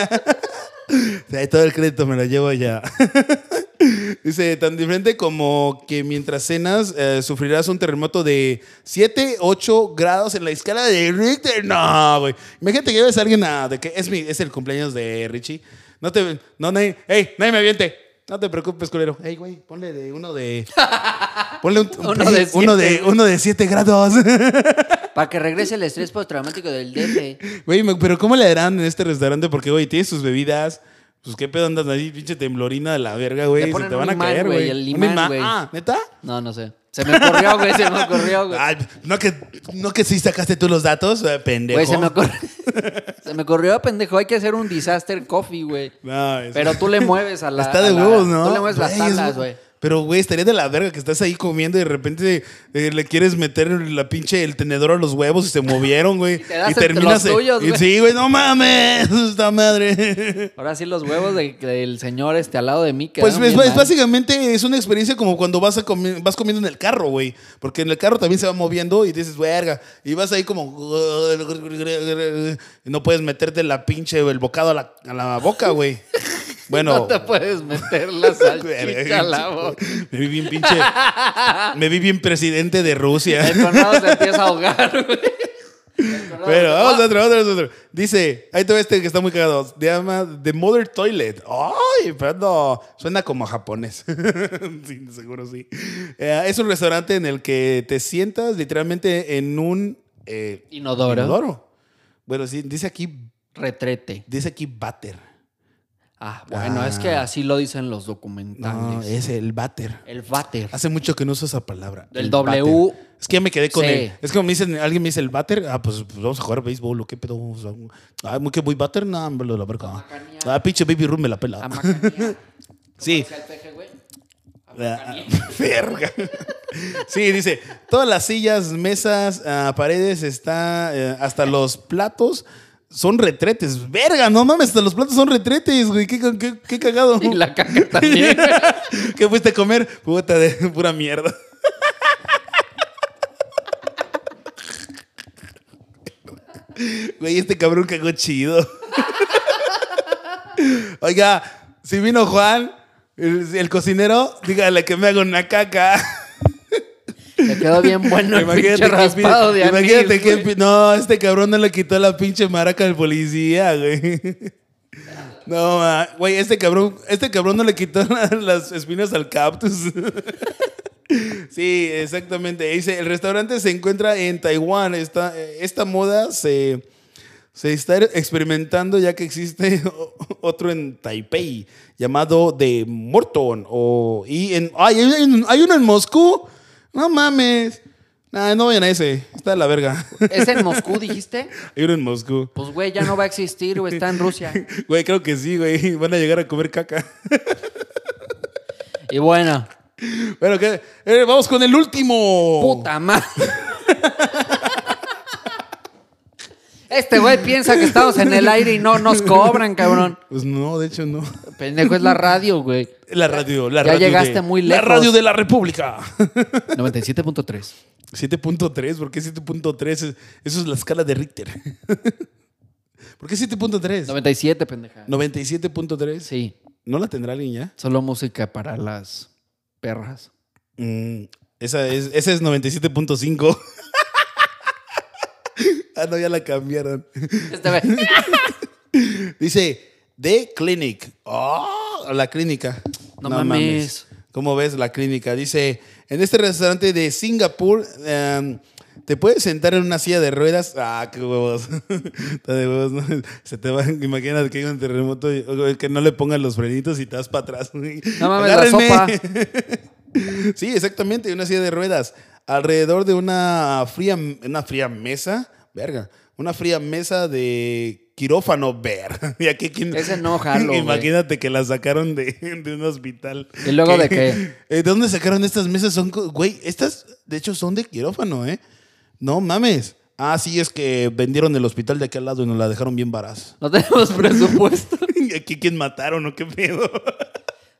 A: O sea, todo el crédito me lo llevo ya. Dice, tan diferente como que mientras cenas eh, sufrirás un terremoto de 7, 8 grados en la escala de Richter. No, güey. Imagínate que lleves a alguien a... De que es, mi, es el cumpleaños de Richie. No te... No, nadie... ¡Ey, nadie me aviente! No te preocupes, culero. ¡Ey, güey! Ponle de uno de... Ponle un, un- uno
B: Uno de
A: de
B: siete.
A: uno de 7 grados.
B: Para que regrese el estrés postraumático del E. DF.
A: Güey, me- pero ¿cómo le harán en este restaurante? Porque, güey, tiene sus bebidas. Pues qué pedo andas ahí, pinche temblorina de la verga,
B: Le
A: güey. Se
B: ponen
A: te
B: un
A: van a
B: imán,
A: caer,
B: güey,
A: güey.
B: el
A: Un
B: imán,
A: imán.
B: güey.
A: Ah, ¿neta?
B: No, no sé. Se me ocurrió, güey. Se me ocurrió, güey.
A: Ay, no que, no que sí sacaste tú los datos, eh, pendejo.
B: Güey, se me ocurrió. Se me ocurrió, pendejo. Hay que hacer un disaster coffee, güey.
A: No, es-
B: Pero tú le mueves a la.
A: Está
B: a
A: de
B: la-
A: huevos, ¿no?
B: Tú le mueves las
A: Güey, es-
B: tablas, güey.
A: Pero, güey, estaría de la verga que estás ahí comiendo y de repente eh, le quieres meter la pinche el tenedor a los huevos y se movieron, güey.
B: te das entre los
A: eh,
B: tuyos,
A: y
B: güey.
A: sí, güey, no mames, esta madre.
B: Ahora sí, los huevos de- del señor este al lado de mí.
A: Pues
B: quedaron
A: es,
B: bien
A: es
B: mal.
A: básicamente es una experiencia como cuando vas a comi- vas comiendo en el carro, güey, porque en el carro también se va moviendo y dices, "Verga", y vas ahí como y no puedes meterte la pinche el bocado a la, a la boca, güey. Bueno,
B: No te puedes meter la salchicha a la boca.
A: me vi bien pinche me vi bien presidente de Rusia.
B: El tornado se empieza a ahogar, güey. El tornado-
A: Pero vamos
B: ¡Ah!
A: a otro, otro, otro. Dice, ahí te ves este que está muy cagado. Se llama The Mother Toilet. Ay, perdón. Suena como japonés. Sí, seguro sí. Eh, es un restaurante en el que te sientas literalmente en un eh,
B: Ah, Inodoro.
A: inodoro. Bueno, sí, dice aquí,
B: Retrete.
A: dice aquí váter.
B: Ah, bueno, es que así lo dicen los documentales.
A: No, es el váter.
B: El váter.
A: Hace mucho que no uso esa palabra.
B: Del
A: El
B: W.
A: váter. Es que ya me quedé con
B: Sí.
A: él. Es que me dicen, alguien me dice el váter. Ah, pues, pues vamos a jugar béisbol o qué pedo. Vamos a- Ah, muy que voy váter. No, hombre, la verga.
B: Amacanía.
A: Ah, pinche baby room me la pela.
B: Amacanía.
A: Sí.
B: ¿Conoces al peje, güey?
A: Ah, Verga. Sí, dice, todas las sillas, mesas, ah, paredes, está, eh, hasta los platos son retretes. Verga, no mames, hasta los platos son retretes, güey. Qué, qué- qué cagado.
B: Y la caca también. güey.
A: ¿Qué fuiste a comer? Puta de pura mierda. Güey, este cabrón cagó chido. Oiga, si vino Juan, el, el cocinero, dígale que me haga una caca.
B: Te quedó bien bueno el pinche
A: que pide-
B: raspado de anís,
A: imagínate que
B: güey.
A: pi- No, este cabrón no le quitó la pinche maraca al policía, güey. No, ma, güey, este cabrón, este cabrón no le quitó la- las espinas al cactus. Sí, exactamente. Dice, el restaurante se encuentra en Taiwán. Esta, eh, esta moda se, se está experimentando ya que existe o- otro en Taipei llamado de Morton. O, y en, ay, hay, un- hay uno en Moscú. No mames. Nah, no vayan a ese. Está de la verga.
B: ¿Es en Moscú, dijiste?
A: Hay uno en Moscú.
B: Pues, güey, ya no va a existir, güey. Está en Rusia.
A: Güey, creo que sí, güey. Van a llegar a comer caca.
B: Y bueno,
A: Bueno, ¿qué? Eh, vamos con el último.
B: puta madre. Este güey piensa que estamos en el aire y no nos cobran, cabrón.
A: Pues no, de hecho no.
B: Pendejo, es la radio, güey.
A: La radio, la
B: Ya
A: radio.
B: llegaste
A: de-
B: muy lejos.
A: La radio de la República.
B: 97.3.
A: 7.3, ¿por qué 7.3? Es- Eso es la escala de Richter. ¿Por qué 7.3?
B: 97, pendeja.
A: 97.3.
B: Sí,
A: ¿No la tendrá alguien ya?
B: solo música para las perras.
A: Mm, esa, es, esa es 97.5. ah, no, ya la cambiaron.
B: Este güey.
A: Dice, The Clinic. Oh, la clínica.
B: No mames.
A: ¿Cómo ves la clínica? Dice, en este restaurante de Singapur, em, ¿Te puedes sentar en una silla de ruedas? Ah, qué huevos. Está de huevos, ¿no? Se te va, imagínate que hay un terremoto y- o que no le pongan los frenitos y te vas para atrás.
B: No mames, la sopa.
A: sí, exactamente, una silla de ruedas. Alrededor de una fría, una fría mesa, verga, una fría mesa de quirófano, ver. ¿Y aquí quién?
B: Ese no, jalo, güey.
A: Imagínate que la sacaron de, de un hospital.
B: ¿Y luego de
A: Que-
B: qué?
A: eh, ¿De dónde sacaron estas mesas? Son, co- güey, estas de hecho son de quirófano, ¿eh? No mames. Ah, sí, es que vendieron el hospital de aquí al lado y nos la dejaron bien varas.
B: No tenemos presupuesto.
A: ¿Y aquí quién mataron o qué pedo?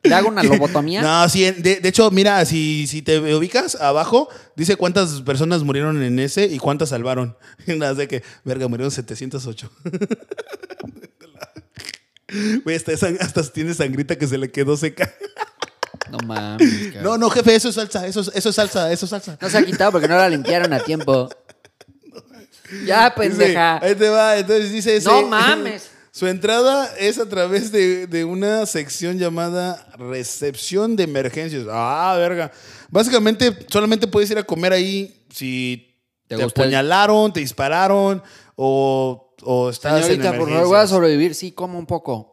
B: ¿Le hago una lobotomía?
A: No, sí, de, de hecho, mira, si, si te ubicas abajo, dice cuántas personas murieron en ese y cuántas salvaron. Nada de que, verga, murieron 708. Güey, hasta, esa- hasta tiene sangrita que se le quedó seca.
B: No, mames.
A: No,
B: No,
A: no, jefe, eso es salsa, eso, es- eso es salsa, eso es salsa.
B: no se ha quitado porque no la limpiaron a tiempo. Ya,
A: Dice,
B: pendeja.
A: ahí te va, entonces dice ese-
B: Pues, No mames.
A: Su entrada es a través de, de una sección llamada recepción de emergencias. Ah, verga. Básicamente, solamente puedes ir a comer ahí si
B: ¿Te
A: te,
B: gusta el-
A: apuñalaron, te dispararon o, o estás en
B: Señorita, por favor, voy a
A: emergencias.
B: sobrevivir. Sí, como un poco.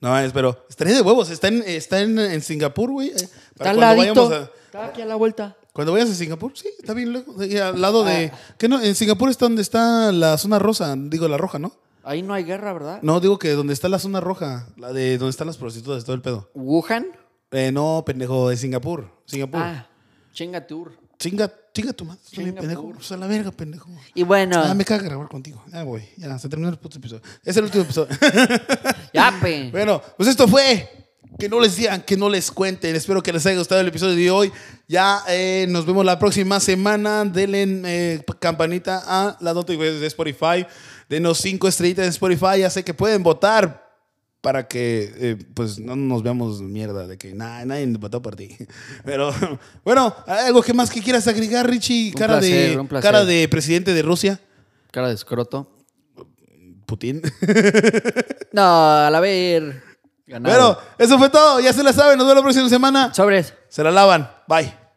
A: No, es, pero estaría de huevos. Está en, está en, en Singapur, güey. eh,
B: Está
A: para
B: al
A: cuando
B: ladito.
A: vayamos a-
B: Está aquí a la vuelta.
A: Cuando vayas a Singapur, sí, está bien lejos. ahí Al lado de.
B: Ah.
A: ¿Qué no? En Singapur está donde está la zona rosa, digo la roja, ¿no?
B: Ahí no hay guerra, ¿verdad?
A: No, digo que donde está la zona roja, la de donde están las prostitutas, todo el pedo.
B: Wuhan.
A: Eh, no, pendejo, de Singapur. Singapur.
B: Ah, chingatur.
A: Chinga, chinga tu madre, también,
B: Singapur.
A: pendejo. O sea, la verga, pendejo.
B: Y bueno,
A: Ah, me caga grabar contigo. Ya voy, ya, se terminó el puto episodio. Es el último episodio.
B: ya, pe.
A: Bueno, pues esto fue. Que no les digan, que no les cuenten. Espero que les haya gustado el episodio de hoy. Ya eh, nos vemos la próxima semana. Denle eh, campanita a la notificación de Spotify. Denos cinco estrellitas en Spotify. Ya sé que pueden votar para que eh, pues no nos veamos mierda de que nah, nadie votó por ti. Pero bueno, algo que más que quieras agregar, Richie,
B: Un
A: cara,
B: placer, un
A: de,
B: placer.
A: cara de presidente de Rusia,
B: Cara de escroto.
A: Putin.
B: No, al haber ganado.
A: Bueno, eso fue todo. Ya se la saben. Nos vemos la próxima semana.
B: Sobres.
A: Se la lavan. Bye.